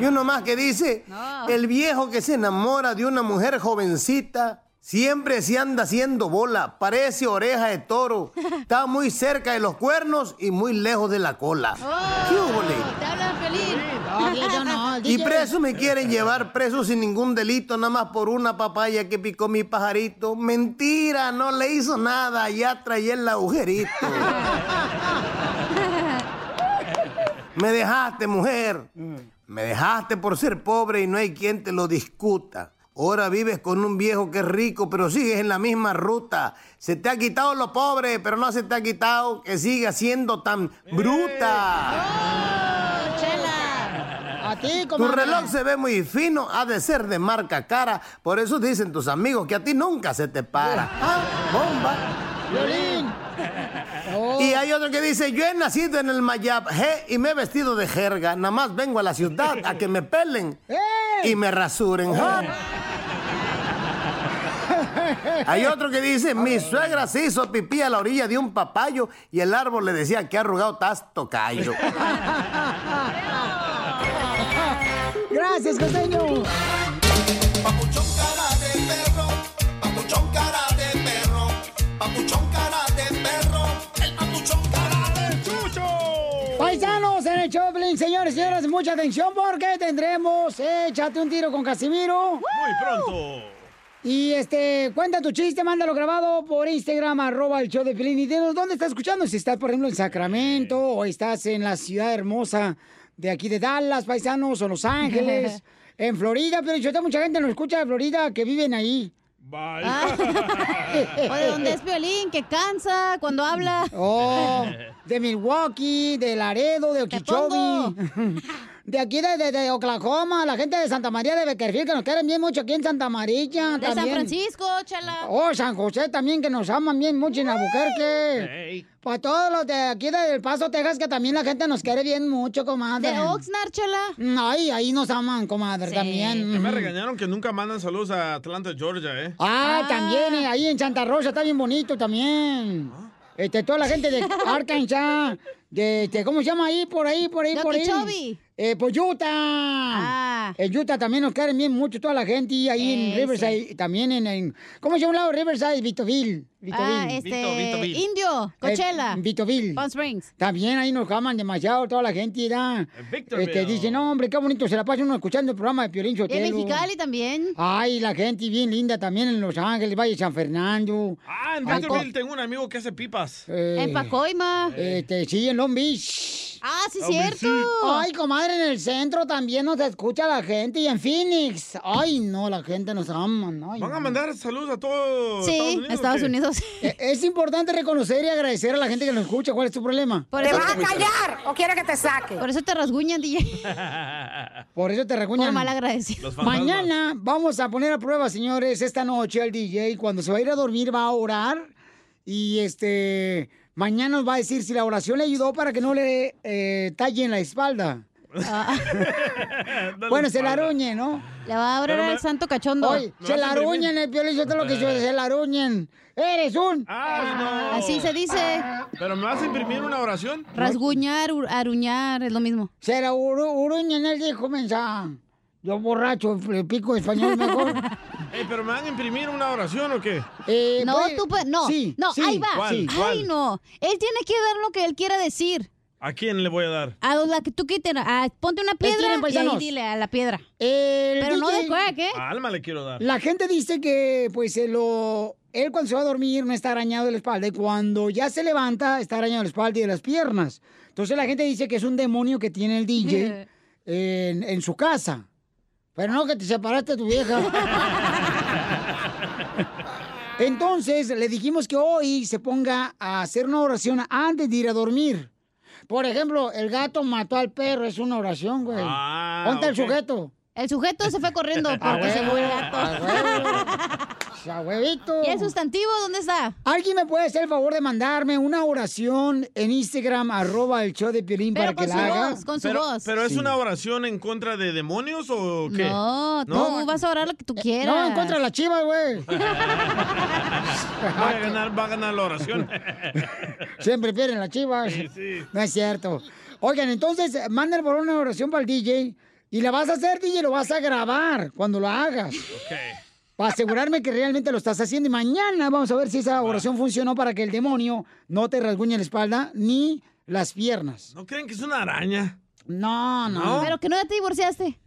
Speaker 13: Y uno más que dice, el viejo que se enamora de una mujer jovencita, siempre se anda haciendo bola, parece oreja de toro, está muy cerca de los cuernos y muy lejos de la cola. ¿Qué hubo, le?
Speaker 4: Te hablan
Speaker 2: No, yo- yo no,
Speaker 13: Y
Speaker 2: DJ.
Speaker 13: preso me quieren llevar preso sin ningún delito, nada más por una papaya que picó mi pajarito. Mentira, no le hizo nada, ya traía el agujerito. me dejaste, mujer. Me dejaste por ser pobre y no hay quien te lo discuta. Ahora vives con un viejo que es rico, pero sigues en la misma ruta. Se te ha quitado lo pobre, pero no se te ha quitado que sigas siendo tan bruta.
Speaker 2: A ti,
Speaker 13: Tu
Speaker 2: comadre.
Speaker 13: reloj se ve muy fino, ha de ser de marca cara. Por eso dicen tus amigos que a ti nunca se te para. ¡Ah, bomba!
Speaker 2: Violín. Oh.
Speaker 13: Y hay otro que dice, yo he nacido en el Mayab je, y me he vestido de jerga. Nada más vengo a la ciudad a que me pelen
Speaker 2: ¡Eh!
Speaker 13: y me rasuren. Ja.
Speaker 17: Eh.
Speaker 13: Hay otro que dice, mi suegra se hizo pipí a la orilla de un papayo y el árbol le decía que arrugado estás tocayo.
Speaker 2: Gracias, costeño.
Speaker 19: Papuchón cara de perro, papuchón cara
Speaker 12: cara de perro, el papuchón cara de chucho.
Speaker 2: Paisanos en el Choplin, señores y señoras, mucha atención porque tendremos Échate un tiro con Casimiro.
Speaker 3: Muy pronto.
Speaker 2: Y este, cuenta tu chiste, mándalo grabado por Instagram, arroba el show de Pilín. Y dinos dónde estás escuchando, si estás, por ejemplo, en Sacramento o estás en la ciudad hermosa de aquí de Dallas, paisanos, o Los Ángeles, en Florida. Pero yo mucha gente nos escucha de Florida que viven ahí.
Speaker 4: Ah. o de donde
Speaker 13: Eh,
Speaker 4: es violín, que cansa cuando habla.
Speaker 2: Oh, de Milwaukee, de Laredo, de Okeechobee. De aquí, de, de- de Oklahoma, la gente de Santa María de Beckerfield, que nos quieren bien mucho aquí en Santa María.
Speaker 4: De San Francisco, chala.
Speaker 2: Oh, San José también, que nos aman bien mucho en Albuquerque.
Speaker 4: Ey.
Speaker 2: Para todos los de aquí de El Paso, Texas, que también la gente nos quiere bien mucho, comadre.
Speaker 4: De Oxnard,
Speaker 2: chela. Ay, ahí nos aman, comadre, también.
Speaker 3: Ya me
Speaker 2: ujú.
Speaker 3: regañaron que nunca mandan saludos a Atlanta, Georgia, ¿eh?
Speaker 2: Ah, también, eh, ahí en Santa Rosa está bien bonito también. Este, toda la gente de Arkansas, de, este, ¿cómo se llama ahí? Por ahí, por ahí,
Speaker 4: De
Speaker 2: por ahí.
Speaker 4: Okeechobee. Ah.
Speaker 2: Eh, por Utah. En Utah también nos quieren bien mucho toda la gente. Y ahí en
Speaker 4: Eh,
Speaker 2: Riverside, también en, en- ¿cómo se llama un lado? Riverside, Vitoville.
Speaker 4: Ah,
Speaker 2: Vitoville.
Speaker 4: este, Indio,
Speaker 2: Cochela.
Speaker 4: Coachella.
Speaker 2: Vitoville. Palm
Speaker 4: Springs.
Speaker 2: También ahí nos aman demasiado toda la gente, ¿verdad?
Speaker 4: Victorville.
Speaker 2: Este, dicen, no, hombre, qué bonito se la pasa uno escuchando el programa de Piolín
Speaker 4: Y en
Speaker 2: Sotelo.
Speaker 4: Mexicali también.
Speaker 2: Ay, la gente bien linda también en Los Ángeles, Valle de San Fernando.
Speaker 3: Ah, en Victorville tengo un amigo que hace pipas.
Speaker 2: Eh.
Speaker 4: En Pacoima.
Speaker 2: Este, sí, en Long Beach.
Speaker 4: Ah, sí,
Speaker 3: Long Beach,
Speaker 4: cierto.
Speaker 2: Ay, comadre, en el centro también nos escucha la gente y en Phoenix. Ay, no, la gente nos ama. ¿no?
Speaker 3: Van a mandar saludos a todos.
Speaker 2: Sí,
Speaker 3: Estados Unidos.
Speaker 2: E- Es importante reconocer y agradecer a la gente que nos escucha. ¿Cuál es tu problema?
Speaker 4: Por eso-
Speaker 2: Exactamente.
Speaker 4: o quiero que te saque? Por eso te rasguñan, DJ.
Speaker 2: Por eso te recuñan.
Speaker 4: Por malagradecido. Los fantasmas.
Speaker 2: Mañana vamos a poner a prueba, señores, esta noche al DJ. Cuando se va a ir a dormir va a orar. Y este, mañana nos va a decir si la oración le ayudó para que no le eh, tallen la espalda. bueno, se la aruñen, ¿no?
Speaker 4: Ah, Le va a orar
Speaker 2: Pero me-
Speaker 4: al santo cachondo.
Speaker 2: Oye, se la aruñen, el piolín, yo te lo que yo, se la aruñen. Eres un.
Speaker 3: no.
Speaker 4: Así se dice.
Speaker 3: ¿Pero me vas a imprimir una oración?
Speaker 4: Rasguñar, ur- aruñar, es lo mismo.
Speaker 2: Será uruñen, él dijo, mensa. Yo borracho, le pico español mejor.
Speaker 3: Ey, ¿Pero me van a imprimir una oración o qué?
Speaker 2: Eh,
Speaker 4: no, tú puedes. No,
Speaker 3: sí,
Speaker 4: no,
Speaker 3: sí.
Speaker 4: ahí va.
Speaker 3: ¿Cuál,
Speaker 4: Ay,
Speaker 3: cuál?
Speaker 4: no. Él tiene que dar lo que él quiera decir.
Speaker 3: ¿A quién le voy a dar?
Speaker 4: A donde la que tú quiten. a- ponte una piedra
Speaker 2: tienen,
Speaker 4: y ahí
Speaker 2: paisanos?
Speaker 4: dile a la piedra. Pero
Speaker 2: El
Speaker 4: no de
Speaker 2: DJ
Speaker 4: crack, ¿eh?
Speaker 3: A Alma le quiero dar.
Speaker 2: La gente dice que, pues, eh, lo... él cuando se va a dormir no está arañado de la espalda y cuando ya se levanta está arañado de la espalda y de las piernas. Entonces la gente dice que es un demonio que tiene el DJ en, en su casa. Pero no, que te separaste de tu vieja. Entonces le dijimos que hoy se ponga a hacer una oración antes de ir a dormir. Por ejemplo, el gato mató al perro, es una oración, güey.
Speaker 3: Ah,
Speaker 2: ¿Dónde está el
Speaker 3: ok.
Speaker 2: sujeto?
Speaker 4: El sujeto se fue corriendo porque
Speaker 2: Ah,
Speaker 4: se
Speaker 2: huevo,
Speaker 4: fue el gato.
Speaker 2: huevito.
Speaker 4: ¿Y el sustantivo dónde está?
Speaker 2: ¿Alguien me puede hacer el favor de mandarme una oración en Instagram, arroba el show de Piolín para que la haga?
Speaker 3: pero, ¿Pero es
Speaker 2: Sí.
Speaker 3: una oración en contra de demonios o qué?
Speaker 4: No, tú vas a orar lo que tú quieras.
Speaker 2: Eh, No, en contra de la chiva, güey.
Speaker 3: Va a ganar, va a ganar la oración.
Speaker 2: Siempre pierden las chivas.
Speaker 3: Sí, sí.
Speaker 2: No es cierto. Oigan, entonces, manden por una oración para el DJ. Y la vas a hacer, DJ, lo vas a grabar cuando lo hagas. Para asegurarme que realmente lo estás haciendo. Y mañana vamos a ver si esa oración funcionó para que el demonio no te rasguñe la espalda ni las piernas.
Speaker 3: ¿No creen que es una araña?
Speaker 2: No, no.
Speaker 4: Pero que no ya te divorciaste.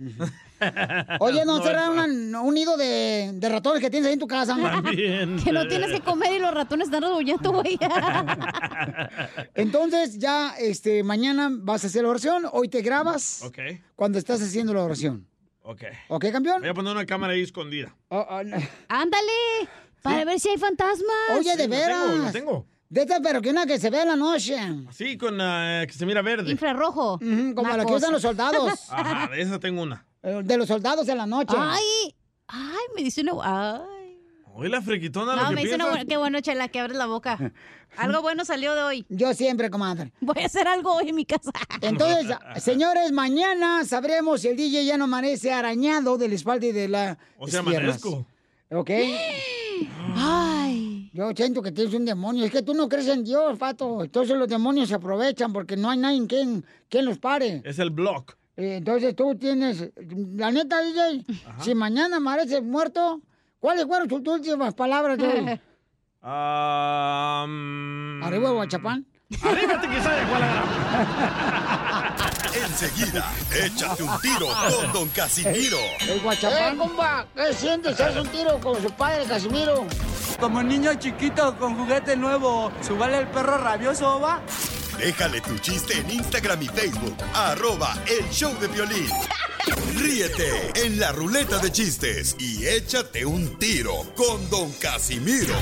Speaker 2: Oye, no,
Speaker 3: No,
Speaker 2: cerraron una- un nido de, de ratones que tienes ahí en tu casa.
Speaker 3: También.
Speaker 4: Que no tienes que comer y los ratones están rasguñando, güey.
Speaker 2: Entonces, ya este, mañana vas a hacer la oración. Hoy te grabas
Speaker 3: Ok,
Speaker 2: cuando estás haciendo la oración.
Speaker 3: ok.
Speaker 2: ¿Ok, campeón?
Speaker 3: Voy a poner una cámara ahí escondida.
Speaker 2: Oh, oh, no.
Speaker 4: Ándale, para ver si hay fantasmas.
Speaker 2: Oye, de veras.
Speaker 3: tengo, la tengo.
Speaker 2: De esta, pero que una que se ve en la noche.
Speaker 3: Sí, con la eh, que se mira verde.
Speaker 4: Infrarrojo.
Speaker 2: como la que usan los soldados.
Speaker 3: Ajá, de esa tengo una.
Speaker 2: Eh, De los soldados en la noche.
Speaker 4: Ay, ay, me dice una. Ay.
Speaker 3: Hoy la friquitona
Speaker 4: No,
Speaker 3: lo
Speaker 4: me
Speaker 3: que
Speaker 4: dice una.
Speaker 3: piensa.
Speaker 4: buena- Qué bueno, Chela, que abres la boca. Algo bueno salió de hoy. Pues,
Speaker 2: Yo siempre, comadre.
Speaker 4: Voy a hacer algo hoy en mi casa.
Speaker 2: Entonces, señores, mañana sabremos si el DJ ya no amanece arañado de la espalda y de la.
Speaker 3: O sea,
Speaker 2: las piernas.
Speaker 3: amanezco.
Speaker 2: ¿Ok? Ay. Yo siento que tienes un demonio. Es que tú no crees en Dios, pato. Entonces los demonios se aprovechan porque no hay nadie quien, quien los pare.
Speaker 3: Es el block.
Speaker 2: Eh, Entonces tú tienes. La neta, DJ, si mañana amaneces muerto, ¿cuáles fueron tus últimas palabras, DJ?
Speaker 3: Am,
Speaker 2: Arriba, Guachapán.
Speaker 3: Arrímate quizá de Guadalajara.
Speaker 9: Enseguida, échate un tiro con Don Casimiro.
Speaker 2: El Guachapán. Eh, compa, ¿qué sientes? ¿Haz un tiro con su padre, Casimiro?
Speaker 13: Como niño chiquito con juguete nuevo, ¿subale el perro rabioso va?
Speaker 9: Déjale tu chiste en Instagram y Facebook. Arroba el show de violín. Ríete en la ruleta de chistes y échate un tiro con Don Casimiro.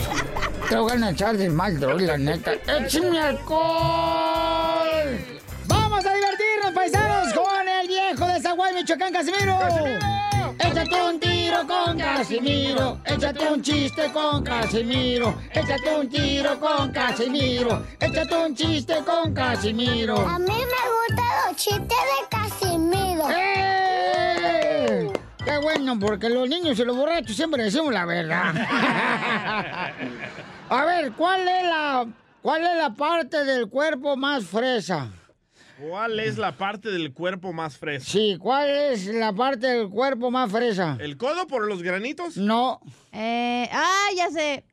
Speaker 2: Te voy a echar de mal, doy, la neta. ¡Échame alcohol! ¡Vamos a divertirnos, paisanos! Con el viejo de Zaguay, Michoacán, Casimiro. Échate un tiro con Casimiro. Échate un chiste con Casimiro. Échate un tiro con Casimiro. Échate un chiste con Casimiro.
Speaker 14: A mí me gustan los chistes de Casimiro.
Speaker 2: ¡Eh! Qué bueno, porque los niños y los borrachos siempre decimos la verdad. A ver, ¿cuál es la cuál es la parte del cuerpo más fresa?
Speaker 3: ¿Cuál es la parte del cuerpo más fresca?
Speaker 2: Sí, ¿cuál es la parte del cuerpo más fresa?
Speaker 3: ¿El codo por los granitos?
Speaker 2: No.
Speaker 4: Eh, ah, ya sé.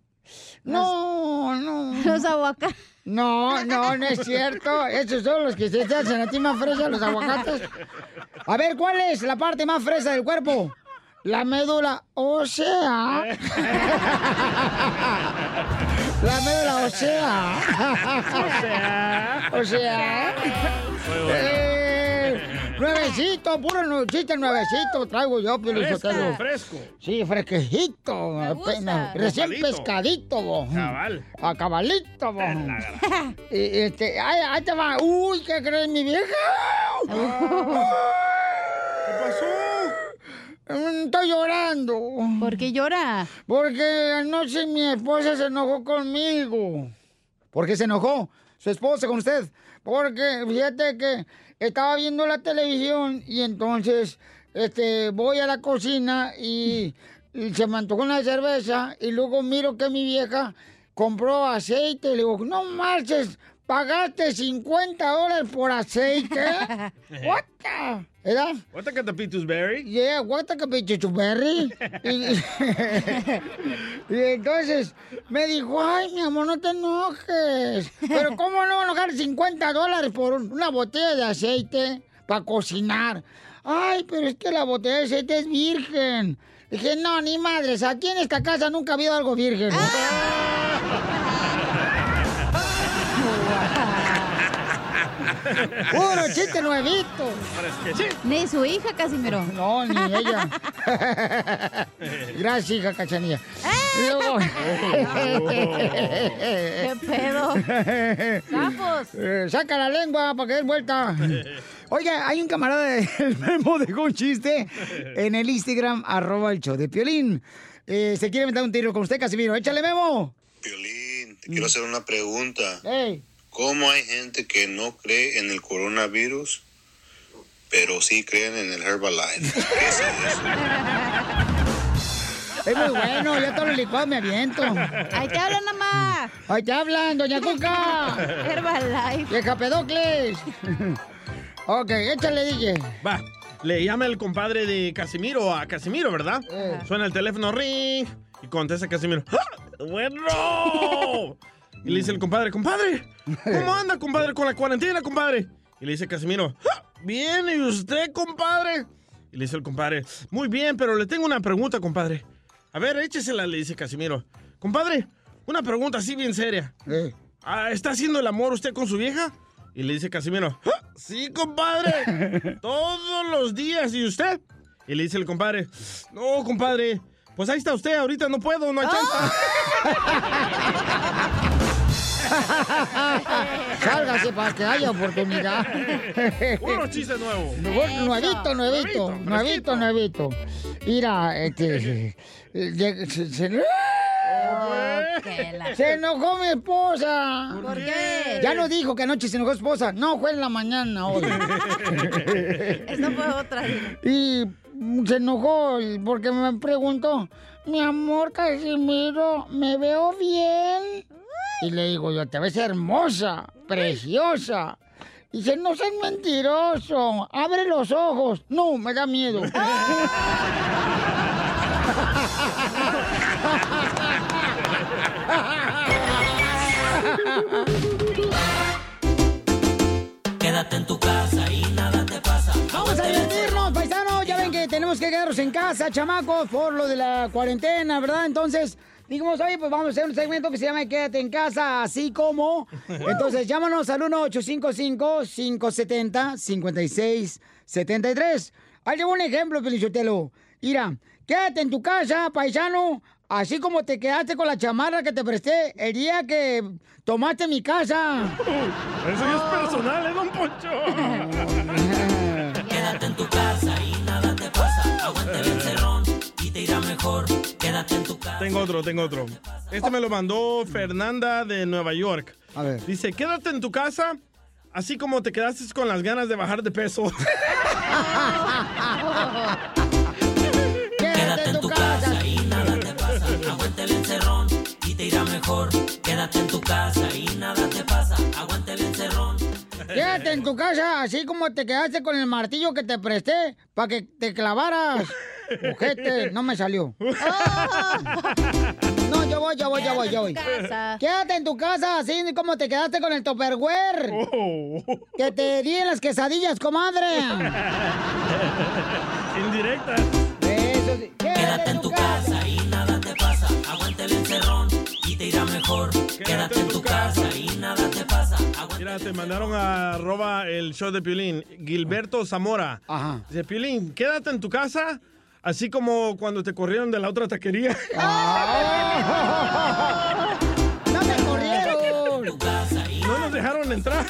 Speaker 2: No, no.
Speaker 4: Los aguacates.
Speaker 2: No, no, no es cierto. Esos son los que se te hacen a ti más fresa, los aguacates. A ver, ¿cuál es la parte más fresa del cuerpo? La médula ósea.
Speaker 3: Eh.
Speaker 2: La médula ósea. O sea. O sea. Eh, nuevecito, puro nu- chiste nuevecito traigo yo, Pio Lizotelo.
Speaker 3: fresco.
Speaker 2: Sí, fresquecito,
Speaker 3: gusta.
Speaker 2: apenas, recién
Speaker 3: Cabalito.
Speaker 2: pescadito, bo.
Speaker 3: Cabal.
Speaker 2: A cabalito, bo. Y, este, ay, ahí te va. Uy, ¿qué crees, mi vieja? ¿Qué pasó? Estoy llorando.
Speaker 4: ¿Por qué llora?
Speaker 2: Porque anoche mi esposa se enojó conmigo. ¿Por qué se enojó? Su esposa con usted. Porque fíjate que estaba viendo la televisión y entonces este, voy a la cocina y, y se me antojó una cerveza y luego miro que mi vieja compró aceite y le digo, no marches, pagaste 50 dólares por aceite. What the? ¿Era?
Speaker 3: What the catapitus berry?
Speaker 2: Yeah, what the capichuchuberry. Y, y entonces me dijo, ay, mi amor, no te enojes. Pero ¿cómo no enojar 50 dólares por un- una botella de aceite para cocinar? Ay, pero es que la botella de aceite es virgen. Dije, no, ni madres, aquí en esta casa nunca ha habido algo virgen. ¡Puro chiste nuevito!
Speaker 4: Ni su hija, Casimiro.
Speaker 2: No, ni ella. Gracias, hija Cachanilla.
Speaker 4: Eh,
Speaker 2: Luego...
Speaker 12: ¿Qué pedo?
Speaker 2: ¡Sapos! Eh, saca la lengua para que des vuelta. Oiga, hay un camarada del Memo dejó un chiste en el Instagram, arroba el show de Piolín. Eh, se quiere meter un tiro con usted, Casimiro. ¡Échale, Memo!
Speaker 15: Te quiero hacer una pregunta.
Speaker 2: ¡Ey!
Speaker 15: ¿Cómo hay gente que no cree en el coronavirus, pero sí creen en el Herbalife?
Speaker 2: Es muy bueno, ya todo lo licuado me aviento.
Speaker 4: Ahí te hablan, mamá.
Speaker 2: Ahí te hablan, doña Cuca.
Speaker 4: Herbalife.
Speaker 2: Vieja pedocles. ok, échale, DJ.
Speaker 3: Va, le llama el compadre de Casimiro a Casimiro, ¿verdad?
Speaker 2: Ajá.
Speaker 3: Suena el teléfono, ring, y contesta Casimiro. ¡Ah! ¡Bueno! y le dice el compadre, compadre, ¿cómo anda, compadre, con la cuarentena, compadre? Y le dice Casimiro, "Ah, bien, ¿y usted, compadre? Y le dice el compadre, muy bien, pero le tengo una pregunta, compadre. A ver, échesela, le dice Casimiro. Compadre, una pregunta así bien seria. Ah, ¿Está haciendo el amor usted con su vieja? Y le dice Casimiro, "Ah, sí, compadre, todos los días, ¿y usted? Y le dice el compadre, no, compadre, pues ahí está usted, ahorita no puedo, no hay
Speaker 2: Sálgase para que haya oportunidad.
Speaker 3: chance. Unos chistes nuevos.
Speaker 2: Nuevo- Nuevito, nuevito, nuevito, nuevito. Mira, este. eh, llega- se- se- Se enojó mi esposa.
Speaker 4: ¿Por qué?
Speaker 2: Ya no dijo que anoche se enojó esposa. No, fue en la mañana hoy.
Speaker 4: Esta fue otra. dile.
Speaker 2: Y mm, se enojó porque me preguntó, mi amor Casimiro, ¿me veo bien? Y le digo yo, te ves hermosa, preciosa. Dice, no seas mentiroso, abre los ojos. No, me da miedo.
Speaker 17: Quédate en tu casa y nada te pasa.
Speaker 2: Vamos a divertirnos, paisanos. Ya ven que tenemos que quedarnos en casa, chamacos, por lo de la cuarentena, ¿verdad? Entonces, dijimos, oye, pues vamos a hacer un segmento que se llama Quédate en casa, así como. Entonces, llámanos al 1-855-570-5673. Ahí llevo un ejemplo, Pelichotelo. Mira, quédate en tu casa, paisano. Así como te quedaste con la chamarra que te presté el día que tomaste mi casa.
Speaker 3: Eso ya es personal, ¿eh, don Poncho?
Speaker 17: Quédate en tu casa y nada te pasa. Aguante el encerrón y te irá mejor. Quédate en tu casa.
Speaker 3: Tengo otro, tengo otro. Este me lo mandó Fernanda de Nueva York.
Speaker 2: A ver.
Speaker 3: Dice, quédate en tu casa, así como te quedaste con las ganas de bajar de peso.
Speaker 17: Quédate en tu casa y nada te pasa. Aguante el encerrón y te irá mejor. Quédate en tu casa y nada te pasa. Aguante el encerrón.
Speaker 2: Quédate en tu casa, así como te quedaste con el martillo que te presté para que te clavaras. Ojete, no me salió. No, yo voy, yo voy, yo voy, yo voy.
Speaker 17: Oh. Quédate en
Speaker 2: Quédate en tu
Speaker 17: tu casa.
Speaker 2: casa, así como te quedaste con el topperware.
Speaker 17: Oh.
Speaker 2: Que te di en las quesadillas, comadre.
Speaker 3: Indirecta.
Speaker 17: Quédate en tu casa y nada te pasa. Aguante el encerrón y te irá mejor. Quédate en tu casa y nada te pasa.
Speaker 3: Mira, te mandaron a arroba el show de Piolín. Gilberto Zamora. Dice, Piolín, quédate en tu casa, así como cuando te corrieron de la otra taquería.
Speaker 2: Ah. ¡No me corrieron!
Speaker 3: No nos dejaron entrar.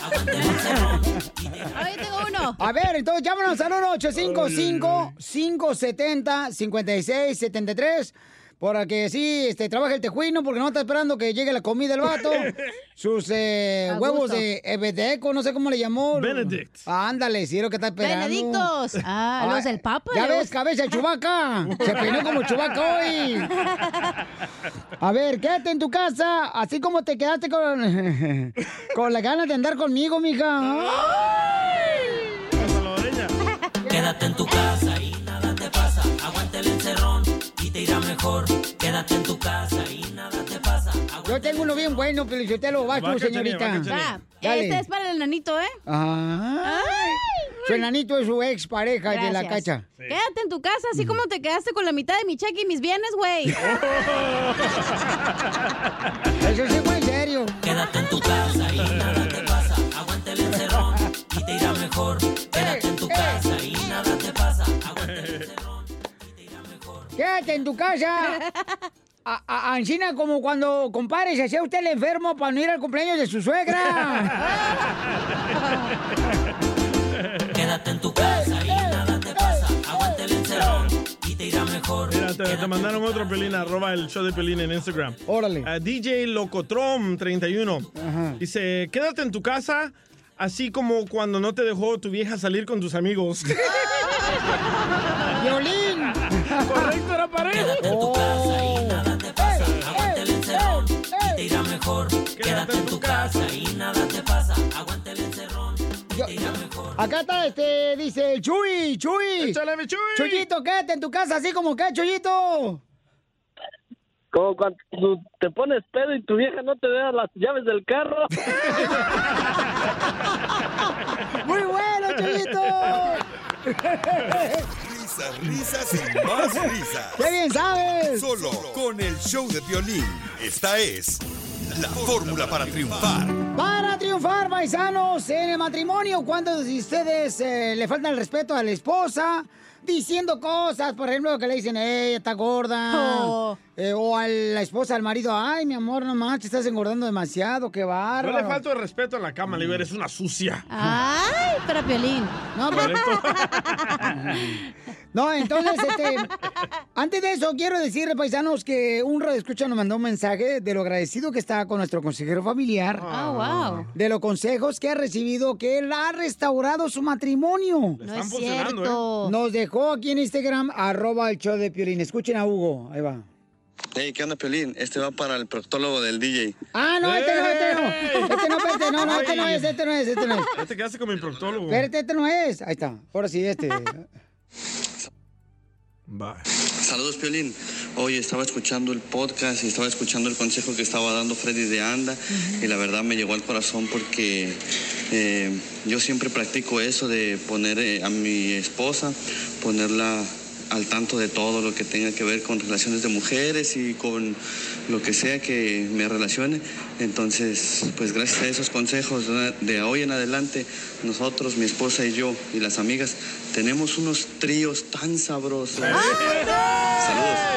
Speaker 2: Ahí tengo uno. A ver, entonces llámanos al 1-855-570-5673. Para que sí, este, trabaje el tejuino, porque no está esperando que llegue la comida del vato. Sus eh,
Speaker 4: A
Speaker 2: huevos
Speaker 4: gusto.
Speaker 2: de Ebedeco, no sé cómo le llamó.
Speaker 3: Benedict.
Speaker 2: ándale, si es lo que está esperando.
Speaker 4: Benedictos. Ah, los del Papa,
Speaker 2: Ya
Speaker 4: le
Speaker 2: ves,
Speaker 4: gusta.
Speaker 2: cabeza de chubaca. Se peinó como chubaca hoy. A ver, quédate en tu casa, así como te quedaste con, con las ganas de andar conmigo, mija.
Speaker 17: Quédate en tu casa y nada te pasa. Aguante el encerrón y te irá mejor. Quédate en tu casa y nada te pasa.
Speaker 2: Yo tengo uno bien bueno, pero yo te lo vas
Speaker 17: Va,
Speaker 2: tú,
Speaker 17: Cachanilla, va,
Speaker 2: señorita.
Speaker 17: Cachanilla.
Speaker 4: Va, este es para el nanito, ¿eh?
Speaker 2: Ah. Su enanito es su ex pareja de la
Speaker 4: Gracias.
Speaker 2: cacha. Mm.
Speaker 4: Quédate en tu casa, así como te quedaste con la mitad de mi cheque y mis bienes, güey.
Speaker 2: Eso sí fue en serio.
Speaker 17: Quédate en tu casa y nada te pasa. Aguante el encerrón y te irá mejor. Quédate en tu casa y nada te pasa. Aguante el encerrón.
Speaker 2: Quédate en tu casa. A, a- Ancina, como cuando compare, se hacía usted el enfermo para no ir al cumpleaños de su suegra.
Speaker 17: Quédate en tu casa y nada te pasa. Aguante el encerrón y te irá mejor.
Speaker 3: Mira, te, te mandaron otro Pelín, arroba el show de Pelín en Instagram. Eh,
Speaker 2: Órale.
Speaker 3: DJ Locotrom31. Dice, quédate en tu casa, así como cuando no te dejó tu vieja salir con tus amigos.
Speaker 2: ¡Violín!
Speaker 3: Correcto, era pareja.
Speaker 17: Aguante el encerrón y te irá mejor. Quédate en tu casa y nada te pasa. Aguante el encerrón y te irá mejor.
Speaker 2: Acá está, este, dice el Chuy, Chuy. Chuyito, quédate en tu casa, así como que, Chuyito.
Speaker 21: Como cuando tú te pones pedo y tu vieja no te da las llaves del carro.
Speaker 2: Muy bueno, Chuyito.
Speaker 9: Risas, risas y más risas.
Speaker 2: ¡Qué bien sabes!
Speaker 9: Solo con el show de violín. Esta es la fórmula para triunfar.
Speaker 2: Para triunfar, paisanos, en el matrimonio, ¿cuántos de ustedes eh, le faltan el respeto a la esposa? Diciendo cosas, por ejemplo, que le dicen, ¡Ey, está gorda!
Speaker 4: Oh.
Speaker 2: Eh, o a la esposa, al marido, ¡Ay, mi amor, no manches, estás engordando demasiado, qué
Speaker 3: No
Speaker 2: bárbaro!
Speaker 3: le falto el respeto en la cama, le digo, eres una sucia.
Speaker 2: Ah. ¡Ay, para Piolín! No, pero- No, entonces, este, antes de eso, quiero decirle, paisanos, que un radio escucha nos mandó un mensaje de lo agradecido que está con nuestro consejero familiar.
Speaker 4: Ah, wow.
Speaker 2: De los consejos que ha recibido, que él ha restaurado su matrimonio.
Speaker 4: No están es funcionando, cierto. ¿eh?
Speaker 2: Nos dejó aquí en Instagram, arroba el show de Piolín. Escuchen a Hugo, ahí va.
Speaker 22: Hey, ¿qué onda, Pelín? Este va para el proctólogo del DJ.
Speaker 2: Ah, no, este no, este no. Este no, espérate, no, no, este no es, este no es, este no es.
Speaker 3: Ya te quedaste con mi proctólogo.
Speaker 2: Espérate, este no es. Ahí está, ahora sí, este.
Speaker 3: Bye.
Speaker 22: Saludos, Piolín.
Speaker 26: oye, estaba escuchando el podcast y estaba escuchando el consejo que estaba dando Freddy de Anda y la verdad me llegó al corazón porque eh, yo siempre practico eso de poner eh, a mi esposa, ponerla al tanto de todo lo que tenga que ver con relaciones de mujeres y con lo que sea que me relacione. Entonces, pues gracias a esos consejos de- de hoy en adelante, nosotros, mi esposa y yo y las amigas, tenemos unos tríos tan sabrosos.
Speaker 17: ¡Ah!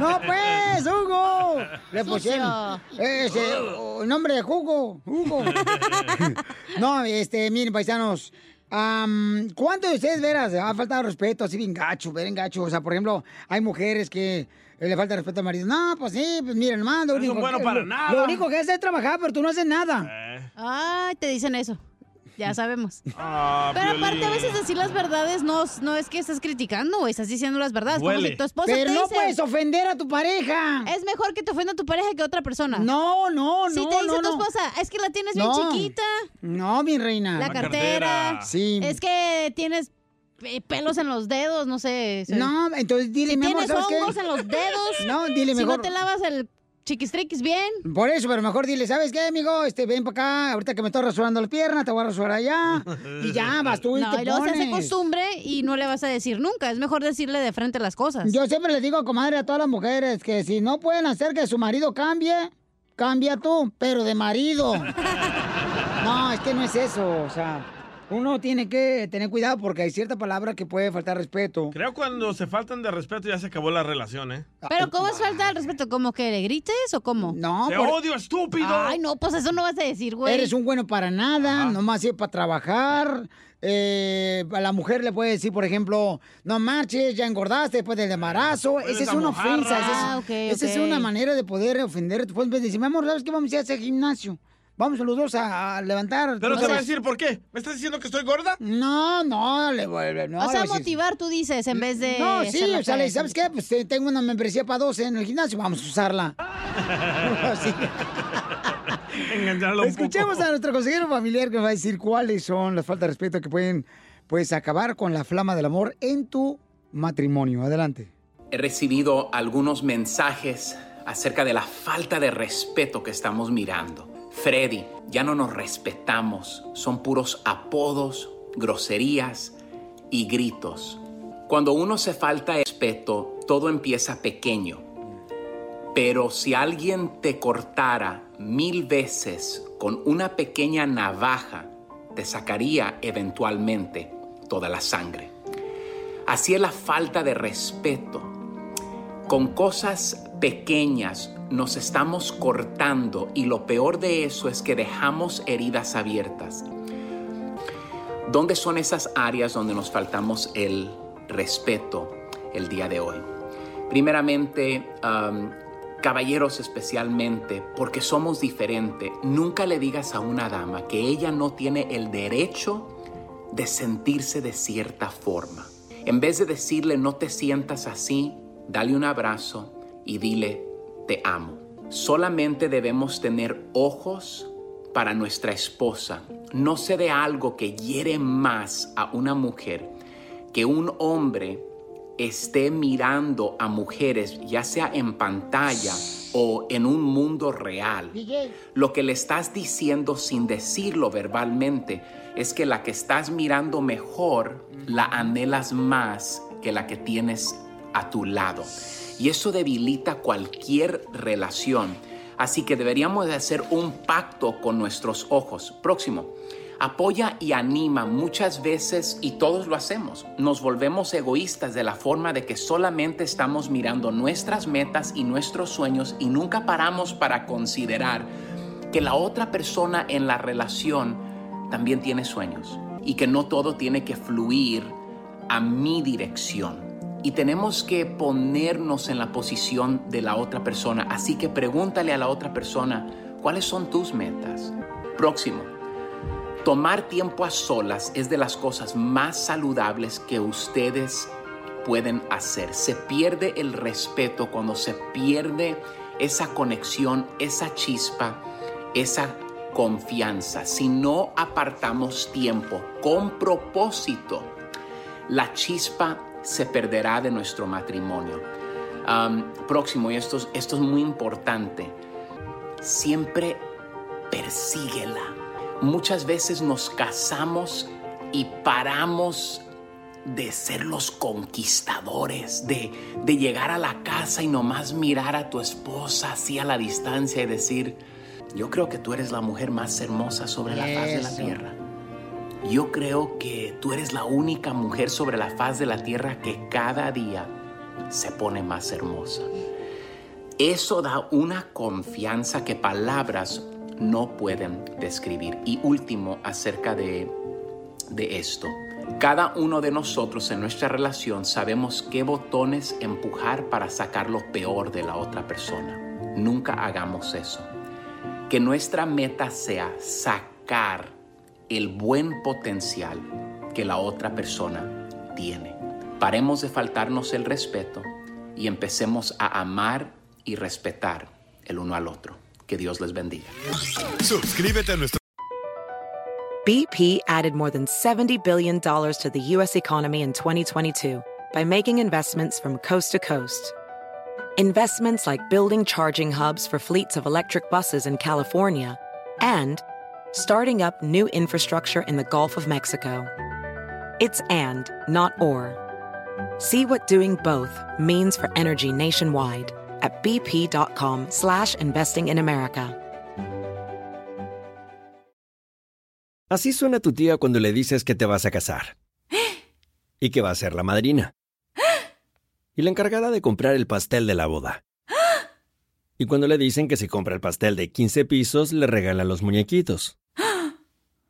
Speaker 2: ¡No, pues, Hugo! Le pusieron ese,
Speaker 17: Hugo.
Speaker 2: o- nombre de Hugo. Hugo. no, este, miren, paisanos. am, ¿Cuántos de ustedes, veras, ha faltado respeto así bien gacho, bien gacho? O sea, por ejemplo, hay mujeres que eh, le falta respeto al marido. No, pues sí, pues miren, mando.
Speaker 4: No son buenos para nada. Eh.
Speaker 2: Lo único que hace es trabajar, pero tú no haces nada.
Speaker 4: Ay, te dicen eso. Ya sabemos.
Speaker 3: Ah,
Speaker 4: Pero
Speaker 2: Piolín.
Speaker 4: aparte, a veces decir las verdades no, no es que estés criticando, güey. Estás diciendo las verdades. Como
Speaker 2: Duele.
Speaker 4: si tu esposa
Speaker 2: Pero
Speaker 4: te
Speaker 2: no
Speaker 4: dice-
Speaker 2: puedes ofender a tu pareja.
Speaker 4: Es mejor que te ofenda tu pareja que otra persona.
Speaker 2: No, no,
Speaker 4: Si
Speaker 2: no,
Speaker 4: te dice
Speaker 2: no,
Speaker 4: tu
Speaker 2: no.
Speaker 4: esposa, es que la tienes bien
Speaker 2: No.
Speaker 4: chiquita.
Speaker 2: No, mi reina.
Speaker 4: La cartera.
Speaker 2: Sí.
Speaker 4: Es que tienes eh, pelos en los dedos, no sé. se-
Speaker 2: No, entonces dile,
Speaker 4: si
Speaker 2: mi amor,
Speaker 4: tienes
Speaker 2: ¿sabes qué?
Speaker 4: hongos en los dedos.
Speaker 2: No, dile
Speaker 4: si
Speaker 2: mejor.
Speaker 4: no te lavas el chiquistriquis bien.
Speaker 2: Por eso, pero mejor dile, ¿sabes qué, amigo? Este, ven para acá, ahorita que me estoy rasurando la pierna, te voy a rasurar allá. Y ya, Ah, vas tú y
Speaker 4: no,
Speaker 2: te
Speaker 4: y luego se hace
Speaker 2: pones.
Speaker 4: costumbre y no le vas a decir nunca. Es mejor decirle de frente las cosas.
Speaker 2: Yo siempre les digo, comadre, a todas las mujeres que si no pueden hacer que su marido cambie, cambia tú, pero de marido. No, es que no es eso, o sea, uno tiene que tener cuidado porque hay cierta palabra que puede faltar respeto.
Speaker 3: Creo cuando se faltan de respeto ya se acabó la relación, ¿eh?
Speaker 4: Pero ¿cómo es falta al respeto? ¿Como que le grites o cómo?
Speaker 2: No,
Speaker 3: ¡Te por- odio, estúpido!
Speaker 4: Ay, no, pues eso no vas a decir, güey.
Speaker 2: Eres un bueno para nada, nomás sirve para trabajar. Eh, a la mujer le puede decir, por ejemplo, no marches, ya engordaste después del embarazo. Esa es una
Speaker 4: mojarra.
Speaker 2: ofensa. Esa es,
Speaker 4: Ah, ok,
Speaker 2: esa es
Speaker 4: ok.
Speaker 2: una manera de poder ofender. Tú puedes decir, mi amor, ¿sabes qué? Vamos a ir a hacer gimnasio. Vamos los dos a, a levantar.
Speaker 3: Pero te
Speaker 2: pesas".
Speaker 3: voy a decir por qué. ¿Me estás diciendo que estoy gorda?
Speaker 2: No, no, le vuelve. No,
Speaker 4: o
Speaker 2: le voy
Speaker 4: sea,
Speaker 2: a decir-
Speaker 4: motivar tú dices en vez de...
Speaker 2: No, sí,
Speaker 4: ser la
Speaker 2: o sea, le
Speaker 4: cara.
Speaker 2: dices, ¿sabes qué? Pues eh, tengo una membresía para 12 en el gimnasio, vamos a usarla. Así.
Speaker 3: Engancharlo un
Speaker 2: Escuchemos a nuestro consejero familiar que nos va a decir cuáles son las faltas de respeto que pueden pues acabar con la flama del amor en tu matrimonio. Adelante.
Speaker 20: He recibido algunos mensajes acerca de la falta de respeto que estamos mirando. Freddy, ya no nos respetamos. Son puros apodos, groserías y gritos. Cuando uno se falta respeto, todo empieza pequeño. Pero si alguien te cortara mil veces con una pequeña navaja, te sacaría eventualmente toda la sangre. Así es la falta de respeto con cosas pequeñas nos estamos cortando y lo peor de eso es que dejamos heridas abiertas. ¿Dónde son esas áreas donde nos faltamos el respeto el día de hoy? Primeramente, um, caballeros especialmente, porque somos diferentes, nunca le digas a una dama que ella no tiene el derecho de sentirse de cierta forma. En vez de decirle no te sientas así, dale un abrazo y dile te amo. Solamente debemos tener ojos para nuestra esposa. No se dé algo que hiere más a una mujer que un hombre esté mirando a mujeres, ya sea en pantalla o en un mundo real. Lo que le estás diciendo sin decirlo verbalmente es que la que estás mirando mejor la anhelas más que la que tienes a tu lado. Y eso debilita cualquier relación. Así que deberíamos de hacer un pacto con nuestros ojos. Próximo. Apoya y anima muchas veces y todos lo hacemos. Nos volvemos egoístas de la forma de que solamente estamos mirando nuestras metas y nuestros sueños y nunca paramos para considerar que la otra persona en la relación también tiene sueños y que no todo tiene que fluir a mi dirección. Y tenemos que ponernos en la posición de la otra persona. Así que pregúntale a la otra persona, ¿cuáles son tus metas? Próximo. Tomar tiempo a solas es de las cosas más saludables que ustedes pueden hacer. Se pierde el respeto cuando se pierde esa conexión, esa chispa, esa confianza. Si no apartamos tiempo con propósito, la chispa se perderá de nuestro matrimonio. Am, próximo, y esto, es- esto es muy importante, siempre persíguela. Muchas veces nos casamos y paramos de ser los conquistadores, de, de llegar a la casa y nomás mirar a tu esposa así a la distancia y decir, yo creo que tú eres la mujer más hermosa sobre la faz de la
Speaker 6: Eso.
Speaker 20: tierra. Yo creo que tú eres la única mujer sobre la faz de la tierra que cada día se pone más hermosa. Eso da una confianza que palabras no pueden describir. Y último, acerca de, de esto. Cada uno de nosotros en nuestra relación sabemos qué botones empujar para sacar lo peor de la otra persona. Nunca hagamos eso. Que nuestra meta sea sacar el buen potencial que la otra persona tiene. Paremos de faltarnos el respeto y empecemos a amar y respetar el uno al otro. Que Dios les bendiga.
Speaker 27: Suscríbete a nuestro
Speaker 7: BP added more than $70 billion to the U.S. economy in 2022 by making investments from coast to coast. Investments like building charging hubs for fleets of electric buses in California and starting up new infrastructure in the Gulf of Mexico. It's and, not or. See what doing both means for energy nationwide at bp.com slash investing in America.
Speaker 16: Así suena tu tía cuando le dices que te vas a casar. Y que va a ser la madrina. Y la encargada de comprar el pastel de la boda. Y cuando le dicen que si compra el pastel de 15 pisos, le regalan los muñequitos.